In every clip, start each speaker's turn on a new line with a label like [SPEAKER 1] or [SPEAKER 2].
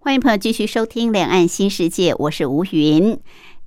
[SPEAKER 1] 欢迎朋友继续收听《两岸新世界》，我是吴云。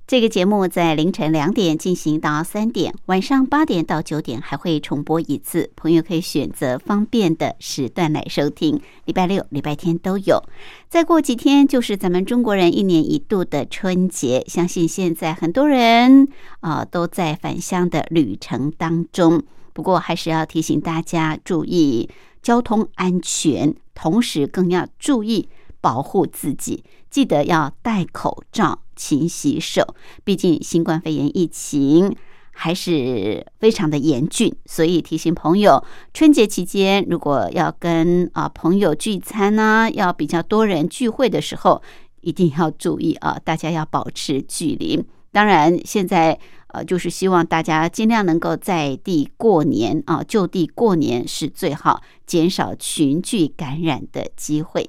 [SPEAKER 1] 这个节目在凌晨两点进行到三点，晚上八点到九点还会重播一次，朋友可以选择方便的时段来收听。礼拜六、礼拜天都有。再过几天就是咱们中国人一年一度的春节，相信现在很多人啊、呃都在返乡的旅程当中。不过还是要提醒大家注意交通安全，同时更要注意保护自己，记得要戴口罩、勤洗手。毕竟新冠肺炎疫情还是非常的严峻，所以提醒朋友，春节期间如果要跟啊朋友聚餐呢、要比较多人聚会的时候，一定要注意啊，大家要保持距离。当然，现在呃，就是希望大家尽量能够在地过年啊，就地过年是最好，减少群聚感染的机会。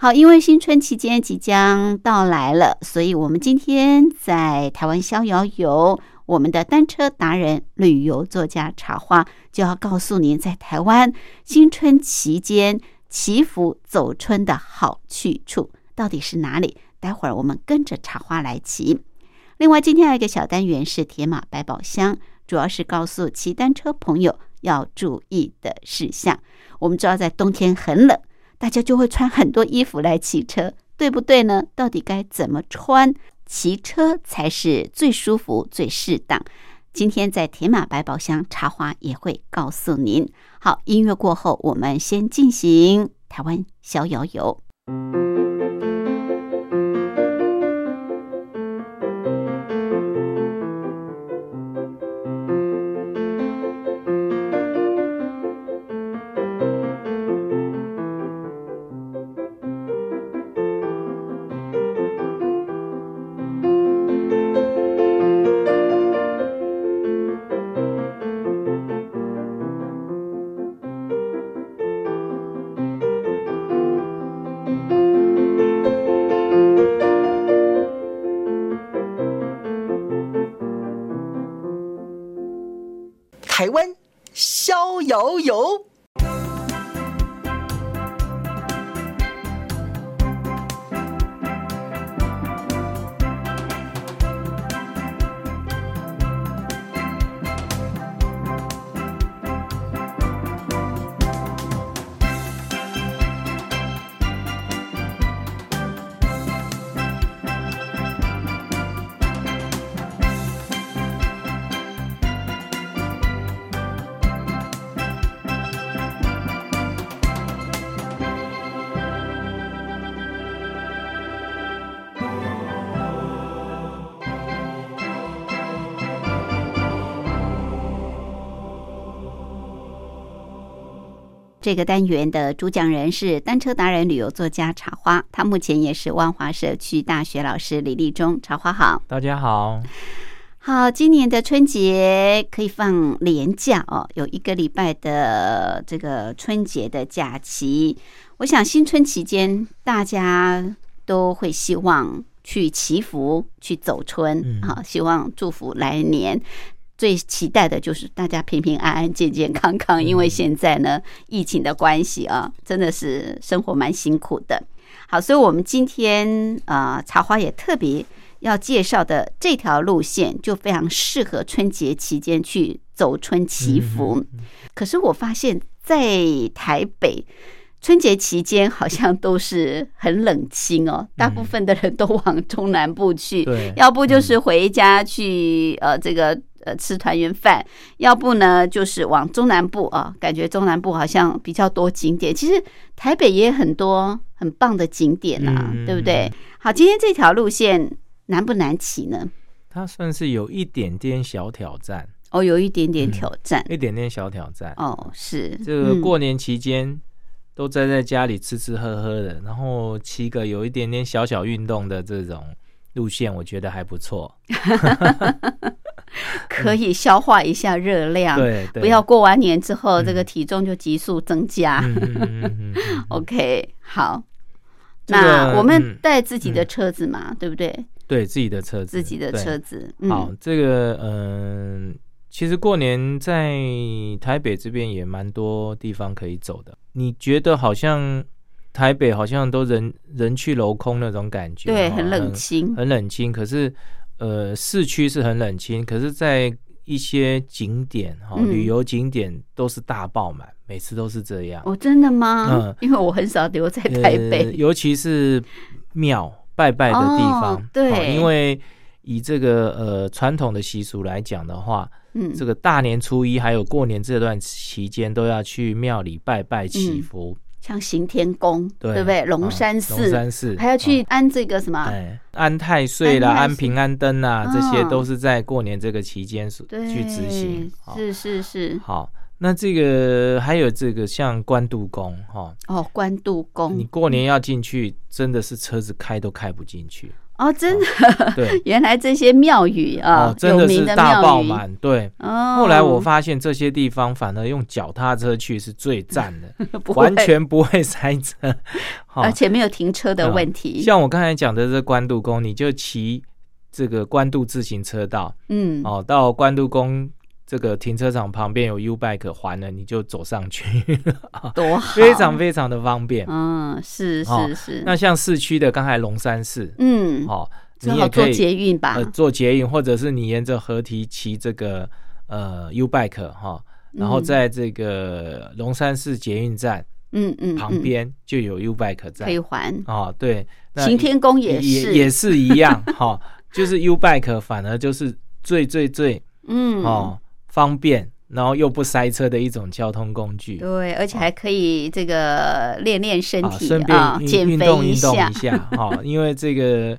[SPEAKER 1] 好，因为新春期间即将到来了，所以我们今天在台湾逍遥游，我们的单车达人、旅游作家茶花就要告诉您，在台湾新春期间祈福走春的好去处到底是哪里？待会儿我们跟着茶花来骑。另外，今天还有一个小单元是铁马百宝箱，主要是告诉骑单车朋友要注意的事项。我们知道，在冬天很冷，大家就会穿很多衣服来骑车，对不对呢？到底该怎么穿？骑车才是最舒服、最适当。今天在铁马百宝箱茶花也会告诉您。好，音乐过后，我们先进行台湾逍遥游。
[SPEAKER 2] 台湾逍遥游。
[SPEAKER 1] 这个单元的主讲人是单车达人、旅游作家茶花，他目前也是万华社区大学老师李立忠。茶花好，
[SPEAKER 3] 大家好，
[SPEAKER 1] 好，今年的春节可以放年假哦，有一个礼拜的这个春节的假期。我想新春期间大家都会希望去祈福、去走春
[SPEAKER 3] 嗯
[SPEAKER 1] 啊，希望祝福来年。最期待的就是大家平平安安、健健康康，因为现在呢，疫情的关系啊，真的是生活蛮辛苦的。好，所以我们今天呃，茶花也特别要介绍的这条路线，就非常适合春节期间去走春祈福。可是我发现，在台北春节期间好像都是很冷清哦，大部分的人都往中南部去，
[SPEAKER 3] 嗯对
[SPEAKER 1] 要不就是回家去呃这个呃吃团圆饭，要不呢就是往中南部啊，感觉中南部好像比较多景点，其实台北也很多很棒的景点啊，
[SPEAKER 3] 嗯
[SPEAKER 1] 对不对？好，今天这条路线难不难骑呢？
[SPEAKER 3] 它算是有一点点小挑战，
[SPEAKER 1] 哦，有一点点挑战。
[SPEAKER 3] 一点点小挑战。
[SPEAKER 1] 哦，是
[SPEAKER 3] 嗯这个过
[SPEAKER 1] 嗯
[SPEAKER 3] 年期间都宅在家里吃吃喝喝的，然后骑个有一点点小小运动的这种路线，我觉得还不错。
[SPEAKER 1] 可以消化一下热量，
[SPEAKER 3] 嗯对，对
[SPEAKER 1] 啊不要。过完年之后、
[SPEAKER 3] 嗯
[SPEAKER 1] 这个体重就急速增加。
[SPEAKER 3] 嗯嗯嗯嗯嗯 嗯
[SPEAKER 1] OK，好。
[SPEAKER 3] 这个
[SPEAKER 1] 那我们
[SPEAKER 3] 嗯
[SPEAKER 1] 带自己的车子嘛，对不对？
[SPEAKER 3] 对自己的车子，
[SPEAKER 1] 自己的
[SPEAKER 3] 对
[SPEAKER 1] 车子，
[SPEAKER 3] 好
[SPEAKER 1] 嗯，，
[SPEAKER 3] 这个嗯、其实过年在台北这边也蛮多地方可以走的。你觉得好像台北好像都人人去楼空那种感觉，
[SPEAKER 1] 对，
[SPEAKER 3] 哦
[SPEAKER 1] 很冷清，
[SPEAKER 3] 很冷清。可是呃，市区是很冷清，可是，在一些景点哈、哦
[SPEAKER 1] 嗯
[SPEAKER 3] 旅游景点都是大爆满，每次都是这样。
[SPEAKER 1] 哦，真的吗
[SPEAKER 3] 嗯？
[SPEAKER 1] 因为我很少留在台
[SPEAKER 3] 呃，
[SPEAKER 1] 北，
[SPEAKER 3] 尤其是庙拜拜的地方，
[SPEAKER 1] 哦对
[SPEAKER 3] 哦因为以这个呃传统的习俗来讲的话，
[SPEAKER 1] 嗯，
[SPEAKER 3] 这个大年初一还有过年这段期间都要去庙里拜拜祈福，
[SPEAKER 1] 像行天宫，
[SPEAKER 3] 对
[SPEAKER 1] 不嗯对？龙
[SPEAKER 3] 啊
[SPEAKER 1] 山
[SPEAKER 3] 龙
[SPEAKER 1] 寺，
[SPEAKER 3] 山寺
[SPEAKER 1] 还要去
[SPEAKER 3] 啊
[SPEAKER 1] 安这个什么？
[SPEAKER 3] 哎，安太岁啦、
[SPEAKER 1] 安太岁
[SPEAKER 3] 安平安灯啦，
[SPEAKER 1] 嗯
[SPEAKER 3] 这些都是在过年这个期间所
[SPEAKER 1] 对，
[SPEAKER 3] 去执行。好
[SPEAKER 1] 是是是，
[SPEAKER 3] 好，那这个还有这个像关渡宫哈、哦
[SPEAKER 1] 哦，关渡
[SPEAKER 3] 你
[SPEAKER 1] 宫，
[SPEAKER 3] 过年要进去，真的是车子开都开不 进去。
[SPEAKER 1] 哦，真的，
[SPEAKER 3] 对，
[SPEAKER 1] 原来这些庙宇啊
[SPEAKER 3] 哦，，真
[SPEAKER 1] 有
[SPEAKER 3] 的
[SPEAKER 1] 名
[SPEAKER 3] 是
[SPEAKER 1] 的
[SPEAKER 3] 大爆
[SPEAKER 1] 庙宇，
[SPEAKER 3] 满。对，
[SPEAKER 1] 哦，
[SPEAKER 3] 后来我发现这些地方反而用脚踏车去是最赞的，
[SPEAKER 1] 不会
[SPEAKER 3] 完，全啊不会塞 车。好
[SPEAKER 1] 而且没有停车的问题，
[SPEAKER 3] 像我刚才讲的这关渡宫，你就骑这个关渡自行车道
[SPEAKER 1] 嗯，
[SPEAKER 3] 哦，到关渡宫这个停车场旁边有 U Bike 还了，你就走上 去，
[SPEAKER 1] 多好，
[SPEAKER 3] 啊非常非常的方便。
[SPEAKER 1] 嗯，是
[SPEAKER 3] 哦
[SPEAKER 1] 是是，
[SPEAKER 3] 那像市区的，刚才龙山寺，
[SPEAKER 1] 嗯，
[SPEAKER 3] 哦，
[SPEAKER 1] 只
[SPEAKER 3] 你
[SPEAKER 1] 好
[SPEAKER 3] 也可
[SPEAKER 1] 做
[SPEAKER 3] 以
[SPEAKER 1] 捷运吧
[SPEAKER 3] 呃，做捷运，或者是你沿着河堤骑这个呃 U Bike 哈，然后
[SPEAKER 1] 嗯
[SPEAKER 3] 在这个龙山寺捷运站
[SPEAKER 1] 嗯嗯，
[SPEAKER 3] 旁
[SPEAKER 1] 嗯
[SPEAKER 3] 边就有 U Bike 站
[SPEAKER 1] 可以还，
[SPEAKER 3] 哦，对，那
[SPEAKER 1] 行天宫
[SPEAKER 3] 也
[SPEAKER 1] 是，
[SPEAKER 3] 也是一样哈、就是 U Bike 反而就是最最最
[SPEAKER 1] 嗯，
[SPEAKER 3] 哦、方便，然后又不塞车的一种交通工具。
[SPEAKER 1] 对，而且还可以这个练练身
[SPEAKER 3] 啊，
[SPEAKER 1] 体
[SPEAKER 3] 顺便
[SPEAKER 1] 啊，
[SPEAKER 3] 运
[SPEAKER 1] 减
[SPEAKER 3] 运
[SPEAKER 1] 肥
[SPEAKER 3] 动运动
[SPEAKER 1] 下
[SPEAKER 3] 一，下哈、 因为这个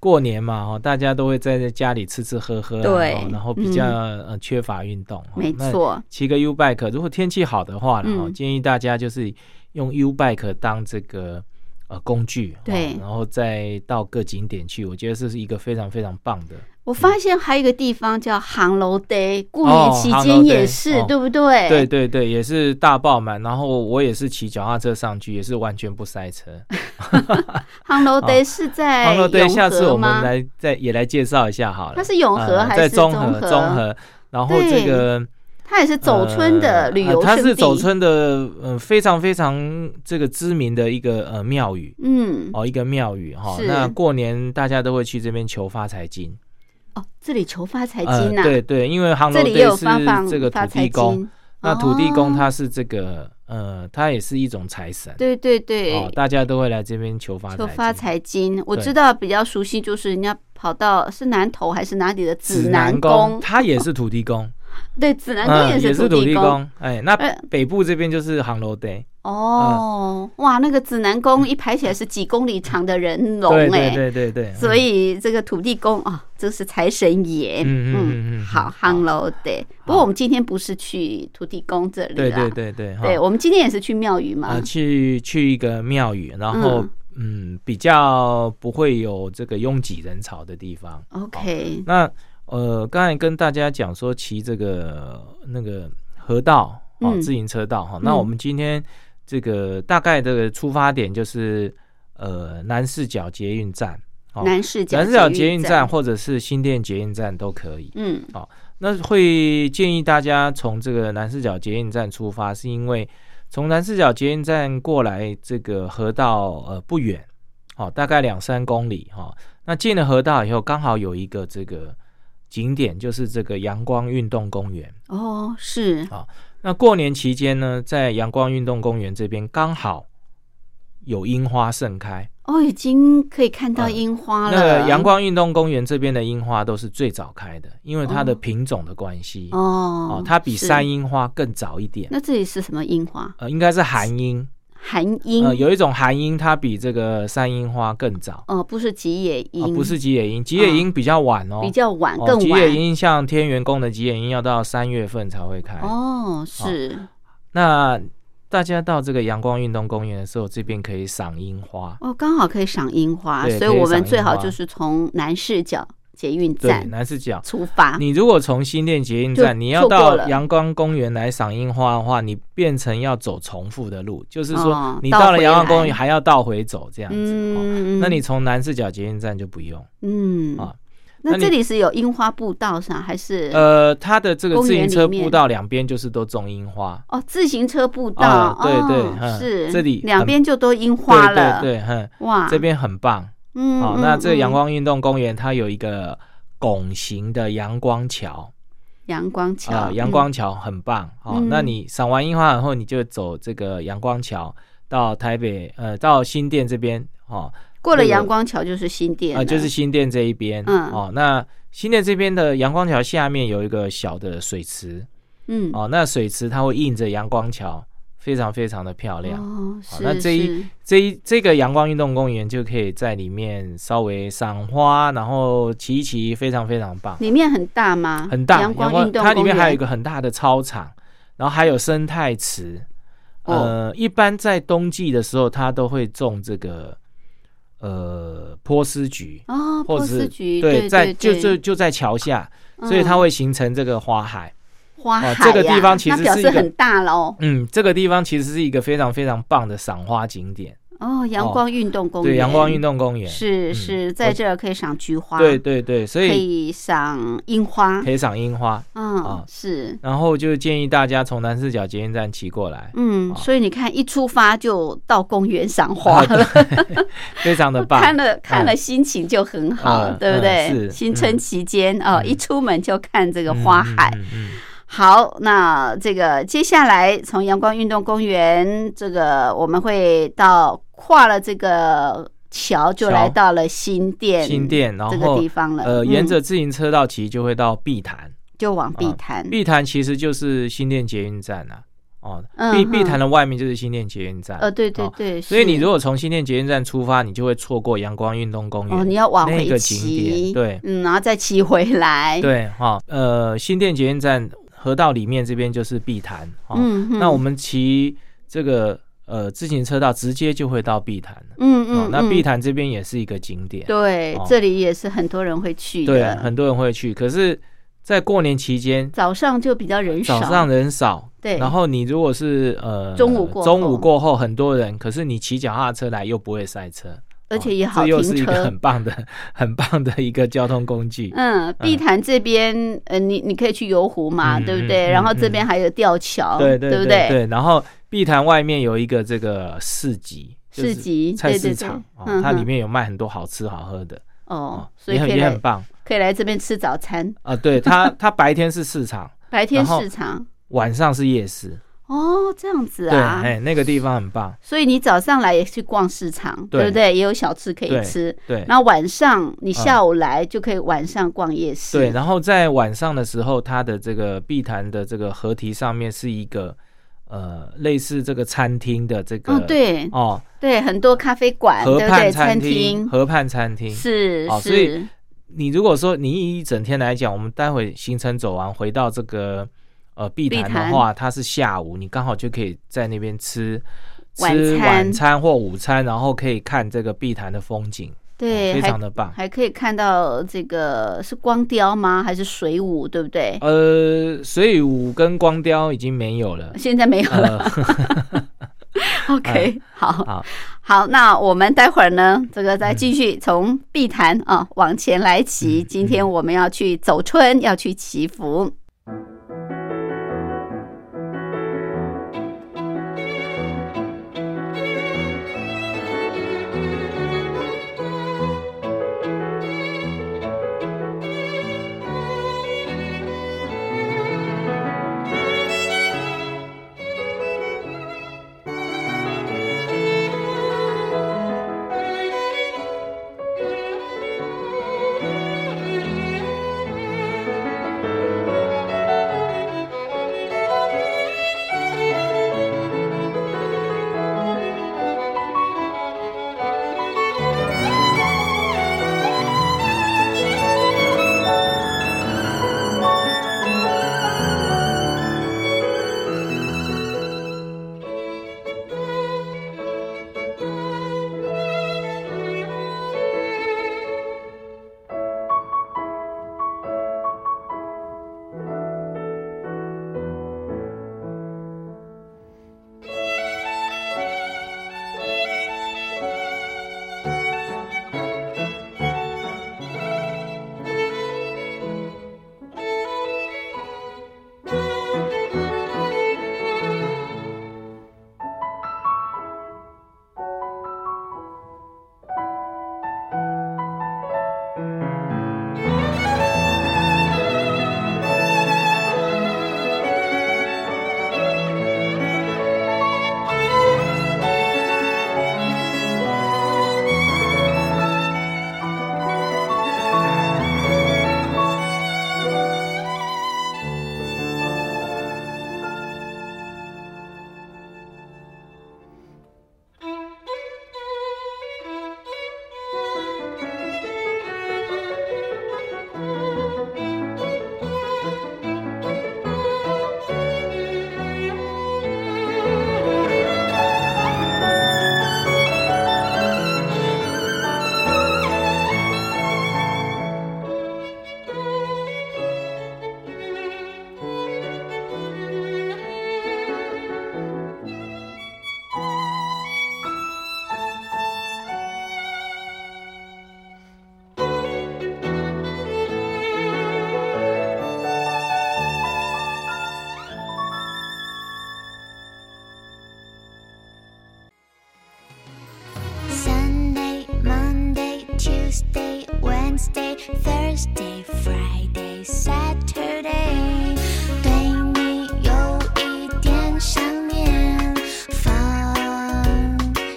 [SPEAKER 3] 过年嘛哈、大家都会在家里吃吃喝喝、啊，
[SPEAKER 1] 对嗯
[SPEAKER 3] 哦然后比较、呃缺乏运动，哦
[SPEAKER 1] 没。
[SPEAKER 3] 那
[SPEAKER 1] 错，
[SPEAKER 3] 骑个 U bike，如果天气好的话啦，哈、
[SPEAKER 1] 嗯
[SPEAKER 3] 建议大家就是用 U bike 当这个呃工具，哦
[SPEAKER 1] 对
[SPEAKER 3] 然后再到各景点去，我觉得这是一个非常非常棒的。
[SPEAKER 1] 我发现还有一个地方叫杭楼 day，过年
[SPEAKER 3] 哦
[SPEAKER 1] 期
[SPEAKER 3] 杭
[SPEAKER 1] 间
[SPEAKER 3] 楼
[SPEAKER 1] 也
[SPEAKER 3] Day，
[SPEAKER 1] 是，
[SPEAKER 3] 哦
[SPEAKER 1] 对不对？
[SPEAKER 3] 对，对对，也是大爆满，然后我也是骑脚踏车上去，也是完全不塞车。
[SPEAKER 1] 杭楼
[SPEAKER 3] 啊
[SPEAKER 1] day 是在
[SPEAKER 3] 好了，对，
[SPEAKER 1] 永
[SPEAKER 3] 下次
[SPEAKER 1] 和
[SPEAKER 3] 我们
[SPEAKER 1] 哎吗
[SPEAKER 3] 来再也来介绍一下好了。
[SPEAKER 1] 它是永和
[SPEAKER 3] 呃
[SPEAKER 1] 还
[SPEAKER 3] 在
[SPEAKER 1] 是
[SPEAKER 3] 中
[SPEAKER 1] 中
[SPEAKER 3] 和？
[SPEAKER 1] 和
[SPEAKER 3] 中和，然后
[SPEAKER 1] 对
[SPEAKER 3] 这个
[SPEAKER 1] 它也是走村的旅游
[SPEAKER 3] 呃它
[SPEAKER 1] 胜
[SPEAKER 3] 是
[SPEAKER 1] 地，
[SPEAKER 3] 走村的，呃，非常非常这个知名的一个呃庙宇
[SPEAKER 1] 嗯，
[SPEAKER 3] 哦，一个庙宇哈
[SPEAKER 1] 是。
[SPEAKER 3] 那过年大家都会去这边求发财金，
[SPEAKER 1] 哦，这里求发财
[SPEAKER 3] 呃
[SPEAKER 1] 金呐，
[SPEAKER 3] 对对，因为杭
[SPEAKER 1] 这
[SPEAKER 3] 州
[SPEAKER 1] 里也有
[SPEAKER 3] 队
[SPEAKER 1] 发放
[SPEAKER 3] 是这个
[SPEAKER 1] 发
[SPEAKER 3] 土地
[SPEAKER 1] 财
[SPEAKER 3] 公，
[SPEAKER 1] 金，
[SPEAKER 3] 那土地公
[SPEAKER 1] 哦
[SPEAKER 3] 他是这个呃，他也是一种财神。
[SPEAKER 1] 对对对，
[SPEAKER 3] 哦，大家都会来这边求发财
[SPEAKER 1] 就
[SPEAKER 3] 金，
[SPEAKER 1] 发财金，我
[SPEAKER 3] 对
[SPEAKER 1] 知道比较熟悉就是人家跑到是南投还是哪里的
[SPEAKER 3] 指
[SPEAKER 1] 指
[SPEAKER 3] 南
[SPEAKER 1] 南
[SPEAKER 3] 宫，
[SPEAKER 1] 宫，
[SPEAKER 3] 他也是土地公，
[SPEAKER 1] 对，指 南宫
[SPEAKER 3] 嗯，也
[SPEAKER 1] 是
[SPEAKER 3] 土
[SPEAKER 1] 地
[SPEAKER 3] 公。哎，那
[SPEAKER 1] 呃
[SPEAKER 3] 北部这边就是杭楼 day，
[SPEAKER 1] 哦，哇，那个指南宫一排起来是几公里长的人龙
[SPEAKER 3] 对对
[SPEAKER 1] 哎，
[SPEAKER 3] 对对嗯对，
[SPEAKER 1] 所以这个土地公啊，这是财神爷，
[SPEAKER 3] 嗯嗯嗯嗯
[SPEAKER 1] 好，
[SPEAKER 3] 好
[SPEAKER 1] 夯楼对。不过我们今天不是去土地公这
[SPEAKER 3] 嗯
[SPEAKER 1] 里
[SPEAKER 3] 对
[SPEAKER 1] 啦
[SPEAKER 3] 对，对对，哈
[SPEAKER 1] 啊对，我们今天也是去庙宇嘛
[SPEAKER 3] 啊，，去去一个庙宇，然后嗯，比较不会有这个拥挤人潮的地方。
[SPEAKER 1] OK，
[SPEAKER 3] 那呃，刚才跟大家讲说骑这个那个河道哦
[SPEAKER 1] 嗯，
[SPEAKER 3] 自行车道哈，哦
[SPEAKER 1] 嗯
[SPEAKER 3] 那我们今天这个大概的出发点就是呃南市角捷运站。哦
[SPEAKER 1] 南市角
[SPEAKER 3] 南市角捷
[SPEAKER 1] 运
[SPEAKER 3] 运站，或者是新店捷运站都可以。
[SPEAKER 1] 嗯
[SPEAKER 3] 那会建议大家从这个南四角捷运站出发，是因为从南四角捷运站过来这个河道呃不远，哦，大概两三公里哈、哦。那进了河道以后，刚好有一个这个景点，就是这个阳光运动公园。
[SPEAKER 1] 哦是
[SPEAKER 3] 那过年期间呢，在阳光运动公园这边刚好有樱花盛开。
[SPEAKER 1] 哦，已经可以看到
[SPEAKER 3] 呃
[SPEAKER 1] 樱花
[SPEAKER 3] 那
[SPEAKER 1] 了，
[SPEAKER 3] 个阳光运动公园这边的樱花都是最早开的，因为它的品种的关系哦
[SPEAKER 1] 哦，
[SPEAKER 3] 它比
[SPEAKER 1] 是
[SPEAKER 3] 山樱花更早一点。
[SPEAKER 1] 那这里是什么樱花？
[SPEAKER 3] 呃，应该是寒樱，
[SPEAKER 1] 含樱
[SPEAKER 3] 呃，有一种寒樱，它比这个山樱花更早，
[SPEAKER 1] 哦，不是吉野樱、
[SPEAKER 3] 哦，不是吉野樱，吉野樱比较晚哦，
[SPEAKER 1] 啊比较晚，
[SPEAKER 3] 哦
[SPEAKER 1] 更
[SPEAKER 3] 吉野
[SPEAKER 1] 晚
[SPEAKER 3] 樱像天元宫的吉野樱要到三月份才会开。
[SPEAKER 1] 哦，是
[SPEAKER 3] 那大家到这个阳光运动公园的时候，这边可以赏樱花。
[SPEAKER 1] 哦，刚好可以赏樱花，
[SPEAKER 3] 对
[SPEAKER 1] 所以
[SPEAKER 3] 可以
[SPEAKER 1] 我们
[SPEAKER 3] 赏
[SPEAKER 1] 最
[SPEAKER 3] 樱
[SPEAKER 1] 好
[SPEAKER 3] 花
[SPEAKER 1] 就是从南市角捷运
[SPEAKER 3] 对，
[SPEAKER 1] 站
[SPEAKER 3] 南市角。
[SPEAKER 1] 出发，
[SPEAKER 3] 你如果从新店捷运
[SPEAKER 1] 就
[SPEAKER 3] 站，你要
[SPEAKER 1] 错过
[SPEAKER 3] 到
[SPEAKER 1] 了
[SPEAKER 3] 阳光公园来赏樱花的话，你变成要走重复的路，就是
[SPEAKER 1] 哦
[SPEAKER 3] 说你
[SPEAKER 1] 倒
[SPEAKER 3] 到了
[SPEAKER 1] 回
[SPEAKER 3] 阳光公
[SPEAKER 1] 来
[SPEAKER 3] 园还要倒回走这样子。哦
[SPEAKER 1] 嗯，
[SPEAKER 3] 那你从南市角捷运站就不用。
[SPEAKER 1] 嗯
[SPEAKER 3] 啊
[SPEAKER 1] 那
[SPEAKER 3] 那你
[SPEAKER 1] 这里是有樱花步道上还是
[SPEAKER 3] 呃，它的这个
[SPEAKER 1] 公
[SPEAKER 3] 自
[SPEAKER 1] 园
[SPEAKER 3] 行
[SPEAKER 1] 里
[SPEAKER 3] 车
[SPEAKER 1] 面
[SPEAKER 3] 步道两边就是都种樱花，
[SPEAKER 1] 哦，自行车步道
[SPEAKER 3] 啊，对对
[SPEAKER 1] 哦
[SPEAKER 3] 嗯
[SPEAKER 1] 是
[SPEAKER 3] 这里
[SPEAKER 1] 两
[SPEAKER 3] 很
[SPEAKER 1] 边就都樱花了，
[SPEAKER 3] 对对对，哼，
[SPEAKER 1] 哇，
[SPEAKER 3] 这边很棒。
[SPEAKER 1] 嗯，
[SPEAKER 3] 好、
[SPEAKER 1] 嗯
[SPEAKER 3] 那这个阳
[SPEAKER 1] 嗯
[SPEAKER 3] 光运动公园它有一个拱形的阳光桥
[SPEAKER 1] 阳光
[SPEAKER 3] 啊
[SPEAKER 1] 桥，，
[SPEAKER 3] 阳
[SPEAKER 1] 嗯
[SPEAKER 3] 光桥很棒。好、
[SPEAKER 1] 嗯
[SPEAKER 3] 那你赏完樱花以后，你就走这个阳光桥到台北，呃，到新店这边，哦，
[SPEAKER 1] 过了
[SPEAKER 3] 那个
[SPEAKER 1] 阳光桥就是新店
[SPEAKER 3] 呃，
[SPEAKER 1] 了，
[SPEAKER 3] 就是新店这一边，
[SPEAKER 1] 嗯
[SPEAKER 3] 哦，那新店这边的阳光桥下面有一个小的水池，
[SPEAKER 1] 嗯
[SPEAKER 3] 哦，那水池它会映着阳光桥，非常非常的漂亮。
[SPEAKER 1] 哦，
[SPEAKER 3] 好
[SPEAKER 1] 是
[SPEAKER 3] 那这一
[SPEAKER 1] 是
[SPEAKER 3] 这一这个阳光运动公园就可以在里面稍微赏花，然后骑一骑，非常非常棒，
[SPEAKER 1] 里面很大吗？
[SPEAKER 3] 很
[SPEAKER 1] 嗯
[SPEAKER 3] 大。
[SPEAKER 1] 阳光运动
[SPEAKER 3] 它里面还有一
[SPEAKER 1] 个
[SPEAKER 3] 个很大的操场，然后还有生态池。
[SPEAKER 1] 哦
[SPEAKER 3] 呃，一般在冬季的时候，它都会种这个呃波斯菊，
[SPEAKER 1] 哦，
[SPEAKER 3] 或
[SPEAKER 1] 波
[SPEAKER 3] 者
[SPEAKER 1] 斯
[SPEAKER 3] 是
[SPEAKER 1] 菊，对，
[SPEAKER 3] 在就
[SPEAKER 1] 对嗯
[SPEAKER 3] 就就在桥下，所以它会形成这个花海。
[SPEAKER 1] 花海
[SPEAKER 3] 哦
[SPEAKER 1] 呀，
[SPEAKER 3] 这个地方其实
[SPEAKER 1] 那表
[SPEAKER 3] 是一
[SPEAKER 1] 示
[SPEAKER 3] 个
[SPEAKER 1] 很大哦喽。
[SPEAKER 3] 嗯，这个地方其实是一个非常非常棒的赏花景点，
[SPEAKER 1] 哦，阳光运动公园，
[SPEAKER 3] 对，阳光运动公园。
[SPEAKER 1] 是
[SPEAKER 3] 嗯
[SPEAKER 1] 是，在
[SPEAKER 3] 我
[SPEAKER 1] 这儿可以赏菊花，
[SPEAKER 3] 对，对对，所
[SPEAKER 1] 可
[SPEAKER 3] 以
[SPEAKER 1] 以赏樱花
[SPEAKER 3] 可，以赏樱花。
[SPEAKER 1] 嗯
[SPEAKER 3] 啊，
[SPEAKER 1] 是，
[SPEAKER 3] 然后就建议大家从南四角捷运站骑 过来，
[SPEAKER 1] 嗯，
[SPEAKER 3] 啊
[SPEAKER 1] 所以你看，一出发就到公园赏花
[SPEAKER 3] 啊对
[SPEAKER 1] 了，
[SPEAKER 3] 非常的 棒。
[SPEAKER 1] 看了看了心情就很好，
[SPEAKER 3] 嗯
[SPEAKER 1] 对不
[SPEAKER 3] 嗯
[SPEAKER 1] 对？
[SPEAKER 3] 是
[SPEAKER 1] 新春期间哦，
[SPEAKER 3] 嗯
[SPEAKER 1] 一出门就看这个花海。
[SPEAKER 3] 嗯嗯
[SPEAKER 1] 好，那这个接下来从阳光运动公园，这个我们会到跨了这个桥，就
[SPEAKER 3] 桥
[SPEAKER 1] 来到了新店，
[SPEAKER 3] 嗯新店，然
[SPEAKER 1] 这个
[SPEAKER 3] 后
[SPEAKER 1] 地方了。
[SPEAKER 3] 呃，沿
[SPEAKER 1] 嗯
[SPEAKER 3] 着自行车道骑就会到碧潭，
[SPEAKER 1] 就往啊碧潭，
[SPEAKER 3] 碧潭其实就是新店捷运站啊。哦，
[SPEAKER 1] 嗯
[SPEAKER 3] 碧
[SPEAKER 1] 哼
[SPEAKER 3] 碧潭的外面就是新店捷运站。
[SPEAKER 1] 呃，对对
[SPEAKER 3] 哦
[SPEAKER 1] 对，
[SPEAKER 3] 所以你
[SPEAKER 1] 是
[SPEAKER 3] 如果从新店捷运站出发，你就会错过阳光运动公园。
[SPEAKER 1] 哦，你要往
[SPEAKER 3] 那
[SPEAKER 1] 回
[SPEAKER 3] 个景点
[SPEAKER 1] 骑，
[SPEAKER 3] 对
[SPEAKER 1] 嗯，然后再骑回来，，
[SPEAKER 3] 对哈、呃，新店捷运站河道里面这边就是碧潭哈、
[SPEAKER 1] 嗯哼，
[SPEAKER 3] 那我们骑这个呃自行车道直接就会到碧潭了。
[SPEAKER 1] 嗯
[SPEAKER 3] 哦
[SPEAKER 1] 嗯，
[SPEAKER 3] 那
[SPEAKER 1] 嗯
[SPEAKER 3] 碧潭这边也是一个景点，
[SPEAKER 1] 对啊
[SPEAKER 3] 哦，
[SPEAKER 1] 这里也是很多人会去
[SPEAKER 3] 对，
[SPEAKER 1] 的，
[SPEAKER 3] 很多人会去。可是，在过年期间，
[SPEAKER 1] 早上就比较人少，
[SPEAKER 3] 早上人少，
[SPEAKER 1] 对，
[SPEAKER 3] 然后你如果是呃
[SPEAKER 1] 中午过后
[SPEAKER 3] 中午过后很多人，可是你骑脚踏车来又不会塞车，
[SPEAKER 1] 而且也
[SPEAKER 3] 哦
[SPEAKER 1] 好
[SPEAKER 3] 这又是
[SPEAKER 1] 停
[SPEAKER 3] 一个
[SPEAKER 1] 车
[SPEAKER 3] 很。棒的、 很棒的一个交通工具。
[SPEAKER 1] 嗯，碧潭这边，呃，你你可以去游湖嘛，
[SPEAKER 3] 嗯
[SPEAKER 1] 对不
[SPEAKER 3] 嗯
[SPEAKER 1] 对？
[SPEAKER 3] 嗯
[SPEAKER 1] 然后
[SPEAKER 3] 嗯
[SPEAKER 1] 这边还有吊桥，
[SPEAKER 3] 对
[SPEAKER 1] 嗯对
[SPEAKER 3] 对
[SPEAKER 1] 不
[SPEAKER 3] 对？对，然后碧潭外面有一个这个市集，就是
[SPEAKER 1] 市集
[SPEAKER 3] 菜
[SPEAKER 1] 对对
[SPEAKER 3] 市
[SPEAKER 1] 对
[SPEAKER 3] 场，哦
[SPEAKER 1] 嗯
[SPEAKER 3] 它
[SPEAKER 1] 哼
[SPEAKER 3] 里面有卖很多好吃好喝的，
[SPEAKER 1] 哦
[SPEAKER 3] 哦，，
[SPEAKER 1] 所以
[SPEAKER 3] 也
[SPEAKER 1] 可
[SPEAKER 3] 很
[SPEAKER 1] 以
[SPEAKER 3] 也
[SPEAKER 1] 来
[SPEAKER 3] 很棒
[SPEAKER 1] 可以来这边吃早餐，
[SPEAKER 3] 啊。对它，它白天是市场，
[SPEAKER 1] 白天
[SPEAKER 3] 然后
[SPEAKER 1] 市场。
[SPEAKER 3] 晚上是夜市。
[SPEAKER 1] 哦，这样子
[SPEAKER 3] 对，
[SPEAKER 1] 啊，
[SPEAKER 3] 哎，那个地方很棒。
[SPEAKER 1] 所以你早上来也去逛市场，
[SPEAKER 3] 对
[SPEAKER 1] 对不对？也有小吃可以
[SPEAKER 3] 对
[SPEAKER 1] 吃。
[SPEAKER 3] 对，嗯
[SPEAKER 1] 然后晚上你下午来就可以晚上逛夜市。
[SPEAKER 3] 对，然后在晚上的时候，它的这个碧潭的这个河堤上面是一个呃类似这个餐厅的这个
[SPEAKER 1] 哦，对
[SPEAKER 3] 哦
[SPEAKER 1] 对，很多咖啡馆，
[SPEAKER 3] 河
[SPEAKER 1] 对不对？
[SPEAKER 3] 畔
[SPEAKER 1] 餐
[SPEAKER 3] 餐
[SPEAKER 1] 厅
[SPEAKER 3] 河畔餐厅。
[SPEAKER 1] 是
[SPEAKER 3] 哦所以
[SPEAKER 1] 是，
[SPEAKER 3] 你如果说你以一整天来讲，我们待会行程走完回到这个呃碧
[SPEAKER 1] 碧
[SPEAKER 3] 潭
[SPEAKER 1] 潭
[SPEAKER 3] 的话，它是下午，你刚好就可以在那边吃。
[SPEAKER 1] 晚
[SPEAKER 3] 吃晚
[SPEAKER 1] 餐
[SPEAKER 3] 餐或午餐，然后可以看这个碧潭的风景，
[SPEAKER 1] 对，
[SPEAKER 3] 哦非
[SPEAKER 1] 还
[SPEAKER 3] 常的棒。
[SPEAKER 1] 还可以看到这个是光雕吗？还是水舞？对不对？，
[SPEAKER 3] 呃，水舞跟光雕已经没有了
[SPEAKER 1] 现在没有了。
[SPEAKER 3] 呃， 哎
[SPEAKER 1] OK，好
[SPEAKER 3] 好，
[SPEAKER 1] 好，那我们待会儿呢，这个再继续从碧潭啊往前来骑。
[SPEAKER 3] 嗯
[SPEAKER 1] 今天我们要去走春，要去祈福。
[SPEAKER 4] Thank Tuesday, Wednesday, Thursday, Friday, Saturday。对你有一点想念，放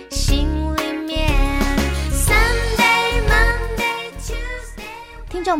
[SPEAKER 4] 心里面。Sunday, Monday, Tuesday。
[SPEAKER 5] 听众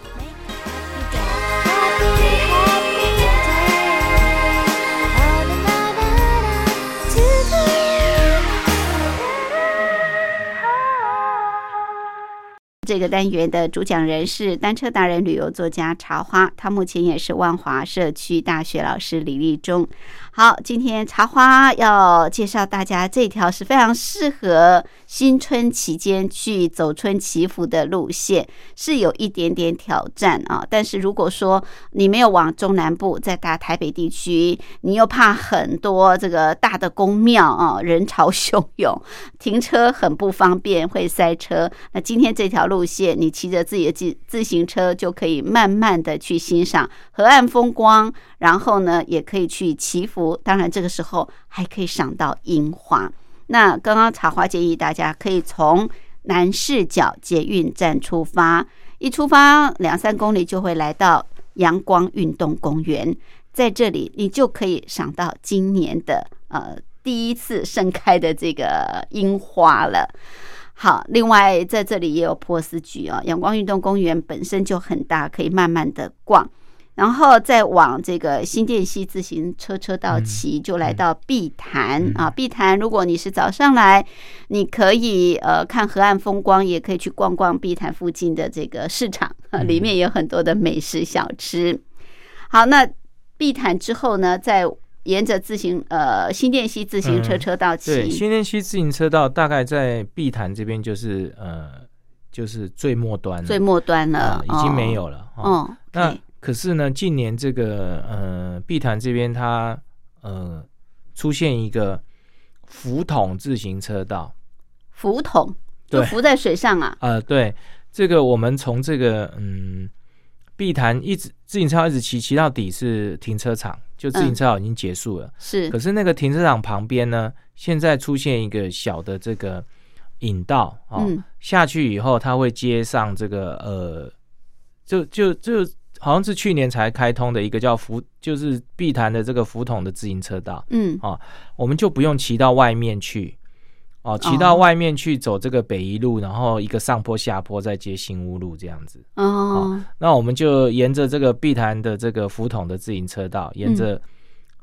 [SPEAKER 4] Happy, happy day. Oh, da, da, da, da, to the end.
[SPEAKER 1] 这个单元的主讲人是单车达人、旅游作家茶花，他目前也是万华社区大学老师李立忠。好，今天茶花要介绍大家这条是非常适合新春期间去走春祈福的路线，是有一点点挑战啊。但是如果说你没有往中南部，在大台北地区，你又怕很多这个大的宫庙啊，人潮汹涌，停车很不方便，会塞车。那今天这条路线，你骑着自己的自自行车就可以慢慢的去欣赏河岸风光，然后呢，也可以去祈福。当然，这个时候还可以赏到樱花。那刚刚茶花建议大家可以从南市角捷运站出发，一出发两三公里就会来到阳光运动公园，在这里你就可以赏到今年的呃第一次盛开的这个樱花了。好，另外在这里也有波斯菊啊、阳光运动公园本身就很大，可以慢慢的逛，然后再往这个新店溪自行车车道骑，就来到碧潭、啊。碧潭，如果你是早上来，你可以呃看河岸风光，也可以去逛逛碧潭附近的这个市场，啊里面有很多的美食小吃。好，那碧潭之后呢，再沿着自行呃新店溪自行车
[SPEAKER 3] 嗯
[SPEAKER 1] 车道骑、
[SPEAKER 3] 对，新店溪自行车道大概在碧潭这边，就是呃，就是最末端了，
[SPEAKER 1] 最末端了
[SPEAKER 3] 啊，已经没
[SPEAKER 1] 哦
[SPEAKER 3] 有了。哦
[SPEAKER 1] 哦，
[SPEAKER 3] 那
[SPEAKER 1] 对
[SPEAKER 3] 可是呢，近年这个呃，碧潭这边它呃出现一个浮筒自行车道，
[SPEAKER 1] 浮筒，就
[SPEAKER 3] 对
[SPEAKER 1] 浮在水上啊。
[SPEAKER 3] 呃，对，这个我们从这个嗯碧潭一直自行车道一直骑骑到底是停车场，就自
[SPEAKER 1] 嗯
[SPEAKER 3] 行车道已经结束了。
[SPEAKER 1] 是
[SPEAKER 3] 可是那个停车场旁边呢，现在出现一个小的这个引道哦，
[SPEAKER 1] 嗯
[SPEAKER 3] 下去以后它会接上这个呃，就就就好像是去年才开通的一个叫浮，就是碧潭的这个浮筒的自行车道，
[SPEAKER 1] 嗯
[SPEAKER 3] 我们就不用骑到外面去。哦，骑到外面去走这个北一路，然后一个上坡下坡，再接新屋路这样子。
[SPEAKER 1] 哦
[SPEAKER 3] 那我们就沿着这个碧潭的这个浮筒的自行车道，沿着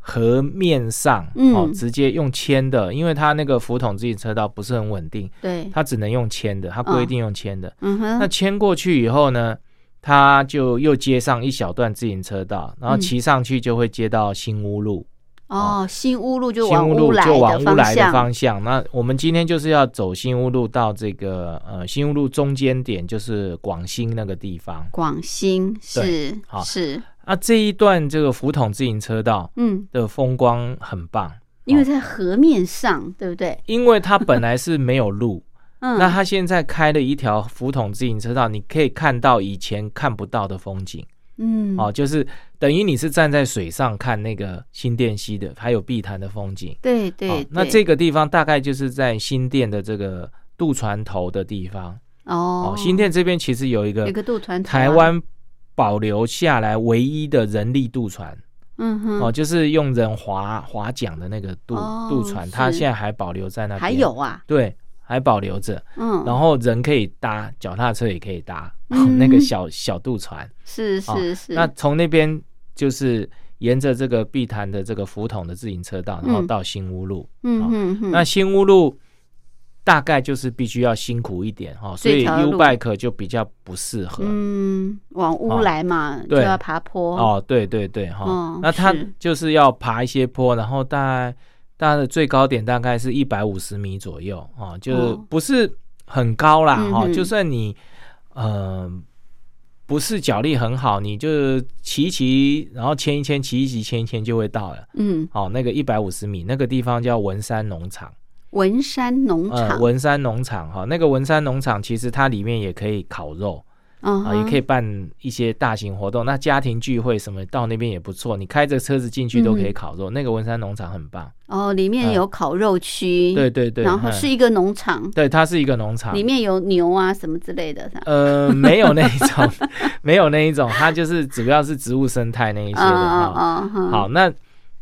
[SPEAKER 3] 河面上、
[SPEAKER 1] 嗯
[SPEAKER 3] 哦，直接用牵的，因为它那个浮筒自行车道不是很稳定，
[SPEAKER 1] 对，
[SPEAKER 3] 它只能用牵的，它规定用牵的。
[SPEAKER 1] 嗯
[SPEAKER 3] 那
[SPEAKER 1] 哼，
[SPEAKER 3] 牵过去以后呢，它就又接上一小段自行车道，然后
[SPEAKER 1] 嗯
[SPEAKER 3] 骑上去就会接到新屋路，
[SPEAKER 1] 哦，新乌路就
[SPEAKER 3] 新
[SPEAKER 1] 往
[SPEAKER 3] 屋
[SPEAKER 1] 乌
[SPEAKER 3] 路
[SPEAKER 1] 来
[SPEAKER 3] 就往
[SPEAKER 1] 的
[SPEAKER 3] 乌来的
[SPEAKER 1] 向，
[SPEAKER 3] 方向。那我们今天就是要走新屋路到这个呃新屋路中间点，就是广兴那个地方。
[SPEAKER 1] 广兴是
[SPEAKER 3] 好
[SPEAKER 1] 是，
[SPEAKER 3] 啊，这一段这个浮筒自行车道
[SPEAKER 1] 嗯，
[SPEAKER 3] 的风光很棒，
[SPEAKER 1] 因为在河面上，对不对？
[SPEAKER 3] 因为它本来是没有路，
[SPEAKER 1] 嗯，
[SPEAKER 3] 那它现在开了一条浮筒自行车道，你可以看到以前看不到的风景。
[SPEAKER 1] 嗯
[SPEAKER 3] 哦，就是等于你是站在水上看那个新店溪的，还有碧潭的风景。
[SPEAKER 1] 对
[SPEAKER 3] 哦
[SPEAKER 1] 对，
[SPEAKER 3] 那
[SPEAKER 1] 对
[SPEAKER 3] 这个地方大概就是在新店的这个渡船头的地方。
[SPEAKER 1] 哦，
[SPEAKER 3] 新店这边其实有一
[SPEAKER 1] 有
[SPEAKER 3] 个
[SPEAKER 1] 一个渡船头啊
[SPEAKER 3] 台，湾保留下来唯一的人力渡船。
[SPEAKER 1] 嗯哼，
[SPEAKER 3] 哦，就是用人划划桨的那个渡、
[SPEAKER 1] 哦
[SPEAKER 3] 渡船，它
[SPEAKER 1] 是
[SPEAKER 3] 现在还保留在那边，
[SPEAKER 1] 还有啊，
[SPEAKER 3] 对，还保留着。
[SPEAKER 1] 嗯，
[SPEAKER 3] 然后人可以搭，脚踏车也可以搭、
[SPEAKER 1] 嗯
[SPEAKER 3] 那个小小渡船。
[SPEAKER 1] 是
[SPEAKER 3] 哦
[SPEAKER 1] 是是，
[SPEAKER 3] 那从那边就是沿着这个碧潭的这个浮筒的自行车道，然后
[SPEAKER 1] 嗯
[SPEAKER 3] 到新屋路。
[SPEAKER 1] 嗯嗯嗯，
[SPEAKER 3] 哦那新屋路大概就是必须要辛苦一点哈、哦，所
[SPEAKER 1] 这
[SPEAKER 3] 以
[SPEAKER 1] 条
[SPEAKER 3] U
[SPEAKER 1] 路
[SPEAKER 3] bike 就比较不适合。
[SPEAKER 1] 嗯，往乌
[SPEAKER 3] 哦
[SPEAKER 1] 来嘛，就
[SPEAKER 3] 对
[SPEAKER 1] 要爬坡，
[SPEAKER 3] 哦，对对对，哈、
[SPEAKER 1] 嗯
[SPEAKER 3] 那它
[SPEAKER 1] 是
[SPEAKER 3] 就是要爬一些坡，然后大概它的最高点大概是一百五十米左右啊、哦，就是
[SPEAKER 1] 哦
[SPEAKER 3] 不是很高啦，
[SPEAKER 1] 嗯
[SPEAKER 3] 哈、
[SPEAKER 1] 哼
[SPEAKER 3] 就算你呃不是脚力很好，你就骑一骑，然后牵一牵，骑一骑，牵一牵就会到了。
[SPEAKER 1] 嗯，
[SPEAKER 3] 哦，那个一百五十米那个地方叫文山农场，
[SPEAKER 1] 文山农
[SPEAKER 3] 呃，
[SPEAKER 1] 场，
[SPEAKER 3] 文山农场哈、那个文山农场其实它里面也可以烤肉，
[SPEAKER 1] 嗯
[SPEAKER 3] 啊，也可
[SPEAKER 1] 以
[SPEAKER 3] 以办一些大型活动，那家庭聚会什么到那边也不错。你开着车子进去都可以
[SPEAKER 1] 嗯
[SPEAKER 3] 烤肉，那个文山农场很棒。
[SPEAKER 1] 哦，里面
[SPEAKER 3] 嗯
[SPEAKER 1] 有烤肉区，
[SPEAKER 3] 对对对，
[SPEAKER 1] 然后
[SPEAKER 3] 嗯
[SPEAKER 1] 是一个农场，
[SPEAKER 3] 对，它是一个农场
[SPEAKER 1] 里。面有牛啊什么之类的，是吧
[SPEAKER 3] 呃，没有那一种， 没有那一种，它就是主要是植物生态那一些的哈。
[SPEAKER 1] 嗯嗯
[SPEAKER 3] 好，那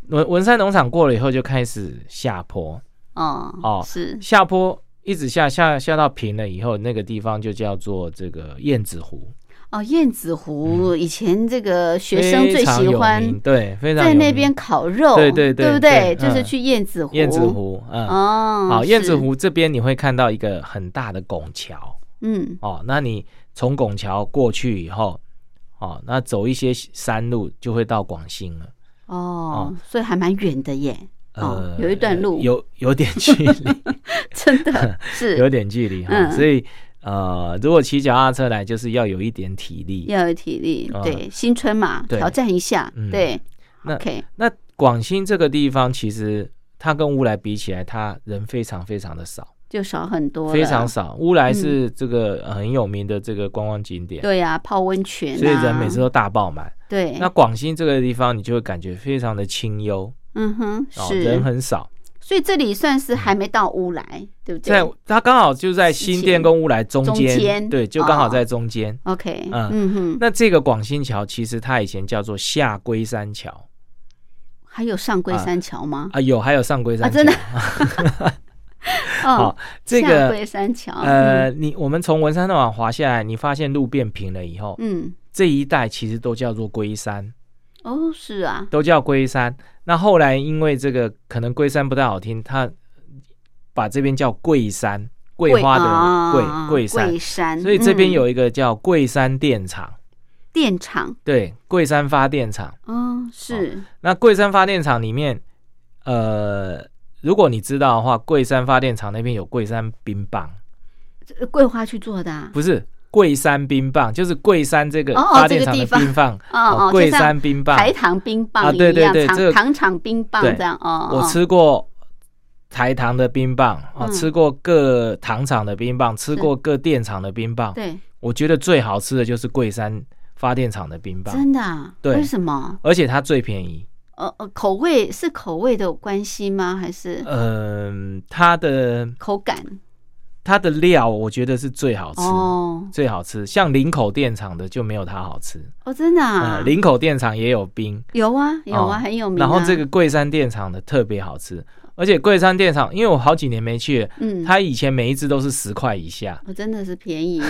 [SPEAKER 3] 文文山农场过了以后就开始下坡，
[SPEAKER 1] 哦
[SPEAKER 3] 哦
[SPEAKER 1] 是
[SPEAKER 3] 下坡一直下下下到平了以后，那个地方就叫做这个燕子湖，
[SPEAKER 1] 哦，燕子湖以前这个学生最
[SPEAKER 3] 嗯非常
[SPEAKER 1] 喜
[SPEAKER 3] 有
[SPEAKER 1] 欢
[SPEAKER 3] 名对，非常
[SPEAKER 1] 在
[SPEAKER 3] 有
[SPEAKER 1] 那
[SPEAKER 3] 名
[SPEAKER 1] 边烤肉，
[SPEAKER 3] 对对
[SPEAKER 1] 对，
[SPEAKER 3] 对
[SPEAKER 1] 不对？
[SPEAKER 3] 对
[SPEAKER 1] 就是
[SPEAKER 3] 嗯
[SPEAKER 1] 去燕子湖，
[SPEAKER 3] 燕子湖，嗯，
[SPEAKER 1] 哦，
[SPEAKER 3] 好，燕
[SPEAKER 1] 是
[SPEAKER 3] 子，湖这边你会看到一个很大的拱桥
[SPEAKER 1] 嗯
[SPEAKER 3] 哦，那你从拱桥过去以后，哦，那走一些山路就会到广兴了。
[SPEAKER 1] 哦，所以还蛮远的耶，哦有一段路
[SPEAKER 3] 呃有有点距 离，
[SPEAKER 1] 真 的是
[SPEAKER 3] 有点距离哈、
[SPEAKER 1] 嗯
[SPEAKER 3] 所以呃，如果骑脚踏车来，就是要有一点体力。
[SPEAKER 1] 要有体力，
[SPEAKER 3] 啊
[SPEAKER 1] 对，新春嘛，
[SPEAKER 3] 对
[SPEAKER 1] 挑战一下，
[SPEAKER 3] 嗯
[SPEAKER 1] 对
[SPEAKER 3] 那
[SPEAKER 1] ，OK，
[SPEAKER 3] 那广兴这个地方，其实它跟乌来比起来，它人非常非常的少，
[SPEAKER 1] 就少很多，嗯
[SPEAKER 3] 非常，少。乌来是这个呃很有名的这个观光景点，
[SPEAKER 1] 对呀，泡温泉啊，
[SPEAKER 3] 所以人每次都大爆满。
[SPEAKER 1] 对，
[SPEAKER 3] 那广兴这个地方，你就会感觉非常的清幽，
[SPEAKER 1] 嗯哼，
[SPEAKER 3] 哦，人
[SPEAKER 1] 是，
[SPEAKER 3] 很少。
[SPEAKER 1] 所以这里算是还没到乌来，对不
[SPEAKER 3] 在
[SPEAKER 1] 对
[SPEAKER 3] 它刚好就在新店跟乌来中
[SPEAKER 1] 中
[SPEAKER 3] 间，
[SPEAKER 1] 间
[SPEAKER 3] 对，就刚好
[SPEAKER 1] 哦
[SPEAKER 3] 在中间。
[SPEAKER 1] ？OK，
[SPEAKER 3] 嗯
[SPEAKER 1] 嗯哼，
[SPEAKER 3] 那这个广兴桥其实它以前叫做下龟山桥
[SPEAKER 1] 还有上龟山桥吗？
[SPEAKER 3] 啊，有还有上龟山
[SPEAKER 1] 啊，
[SPEAKER 3] 桥，
[SPEAKER 1] 真的，
[SPEAKER 3] 好、
[SPEAKER 1] 哦，
[SPEAKER 3] 这
[SPEAKER 1] 下
[SPEAKER 3] 个
[SPEAKER 1] 龟山桥，嗯
[SPEAKER 3] 呃，你我们从文山那往滑下来，你发现路变平了以后，
[SPEAKER 1] 嗯，
[SPEAKER 3] 这一带其实都叫做龟山，
[SPEAKER 1] 嗯，哦，是啊，
[SPEAKER 3] 都叫龟山。那后来因为这个可能龟山不太好听，它把这边叫桂山，桂花的桂
[SPEAKER 1] 啊
[SPEAKER 3] 桂山
[SPEAKER 1] 桂，山，
[SPEAKER 3] 所以这边
[SPEAKER 1] 嗯
[SPEAKER 3] 有一个叫桂山电厂，
[SPEAKER 1] 电厂，
[SPEAKER 3] 对，桂山发电厂。
[SPEAKER 1] 哦，是，
[SPEAKER 3] 那桂山发电厂里面，呃，如果你知道的话，桂山发电厂那边有桂山冰棒，
[SPEAKER 1] 这桂花去做的啊，
[SPEAKER 3] 不是桂山冰棒，就是桂山这个
[SPEAKER 1] 哦哦
[SPEAKER 3] 发电厂
[SPEAKER 1] 这个地
[SPEAKER 3] 的
[SPEAKER 1] 方
[SPEAKER 3] 冰棒，
[SPEAKER 1] 哦哦，
[SPEAKER 3] 桂
[SPEAKER 1] 就像
[SPEAKER 3] 山冰棒。
[SPEAKER 1] 台糖冰棒
[SPEAKER 3] 啊
[SPEAKER 1] 一
[SPEAKER 3] 对对
[SPEAKER 1] 样，
[SPEAKER 3] 对这
[SPEAKER 1] 糖
[SPEAKER 3] 个
[SPEAKER 1] 糖厂冰棒
[SPEAKER 3] 对
[SPEAKER 1] 这样哦。
[SPEAKER 3] 我
[SPEAKER 1] 哦
[SPEAKER 3] 吃过台糖的冰棒，啊，
[SPEAKER 1] 嗯
[SPEAKER 3] 吃过各糖厂的冰棒，吃
[SPEAKER 1] 是
[SPEAKER 3] 过各电厂的冰棒。
[SPEAKER 1] 对，
[SPEAKER 3] 我觉得最好吃的就是桂山发电厂的冰棒，
[SPEAKER 1] 真的啊？
[SPEAKER 3] 对
[SPEAKER 1] 为什么？
[SPEAKER 3] 而且它最便宜。
[SPEAKER 1] 呃呃，口味是口味的关系吗？还是
[SPEAKER 3] 嗯、它的
[SPEAKER 1] 口感？
[SPEAKER 3] 它的料我觉得是最好吃。
[SPEAKER 1] 哦
[SPEAKER 3] 最好吃，像林口电厂的就没有它好吃。
[SPEAKER 1] 哦，真的
[SPEAKER 3] 啊，
[SPEAKER 1] 啊？
[SPEAKER 3] 林口电厂也有冰，
[SPEAKER 1] 有啊有啊，
[SPEAKER 3] 哦
[SPEAKER 1] 很有名啊。
[SPEAKER 3] 然后这个桂山电厂的特别好吃，而且桂山电厂，因为我好几年没去了，
[SPEAKER 1] 嗯，
[SPEAKER 3] 它以前每一只都是十块以下。
[SPEAKER 1] 我真的是便 宜，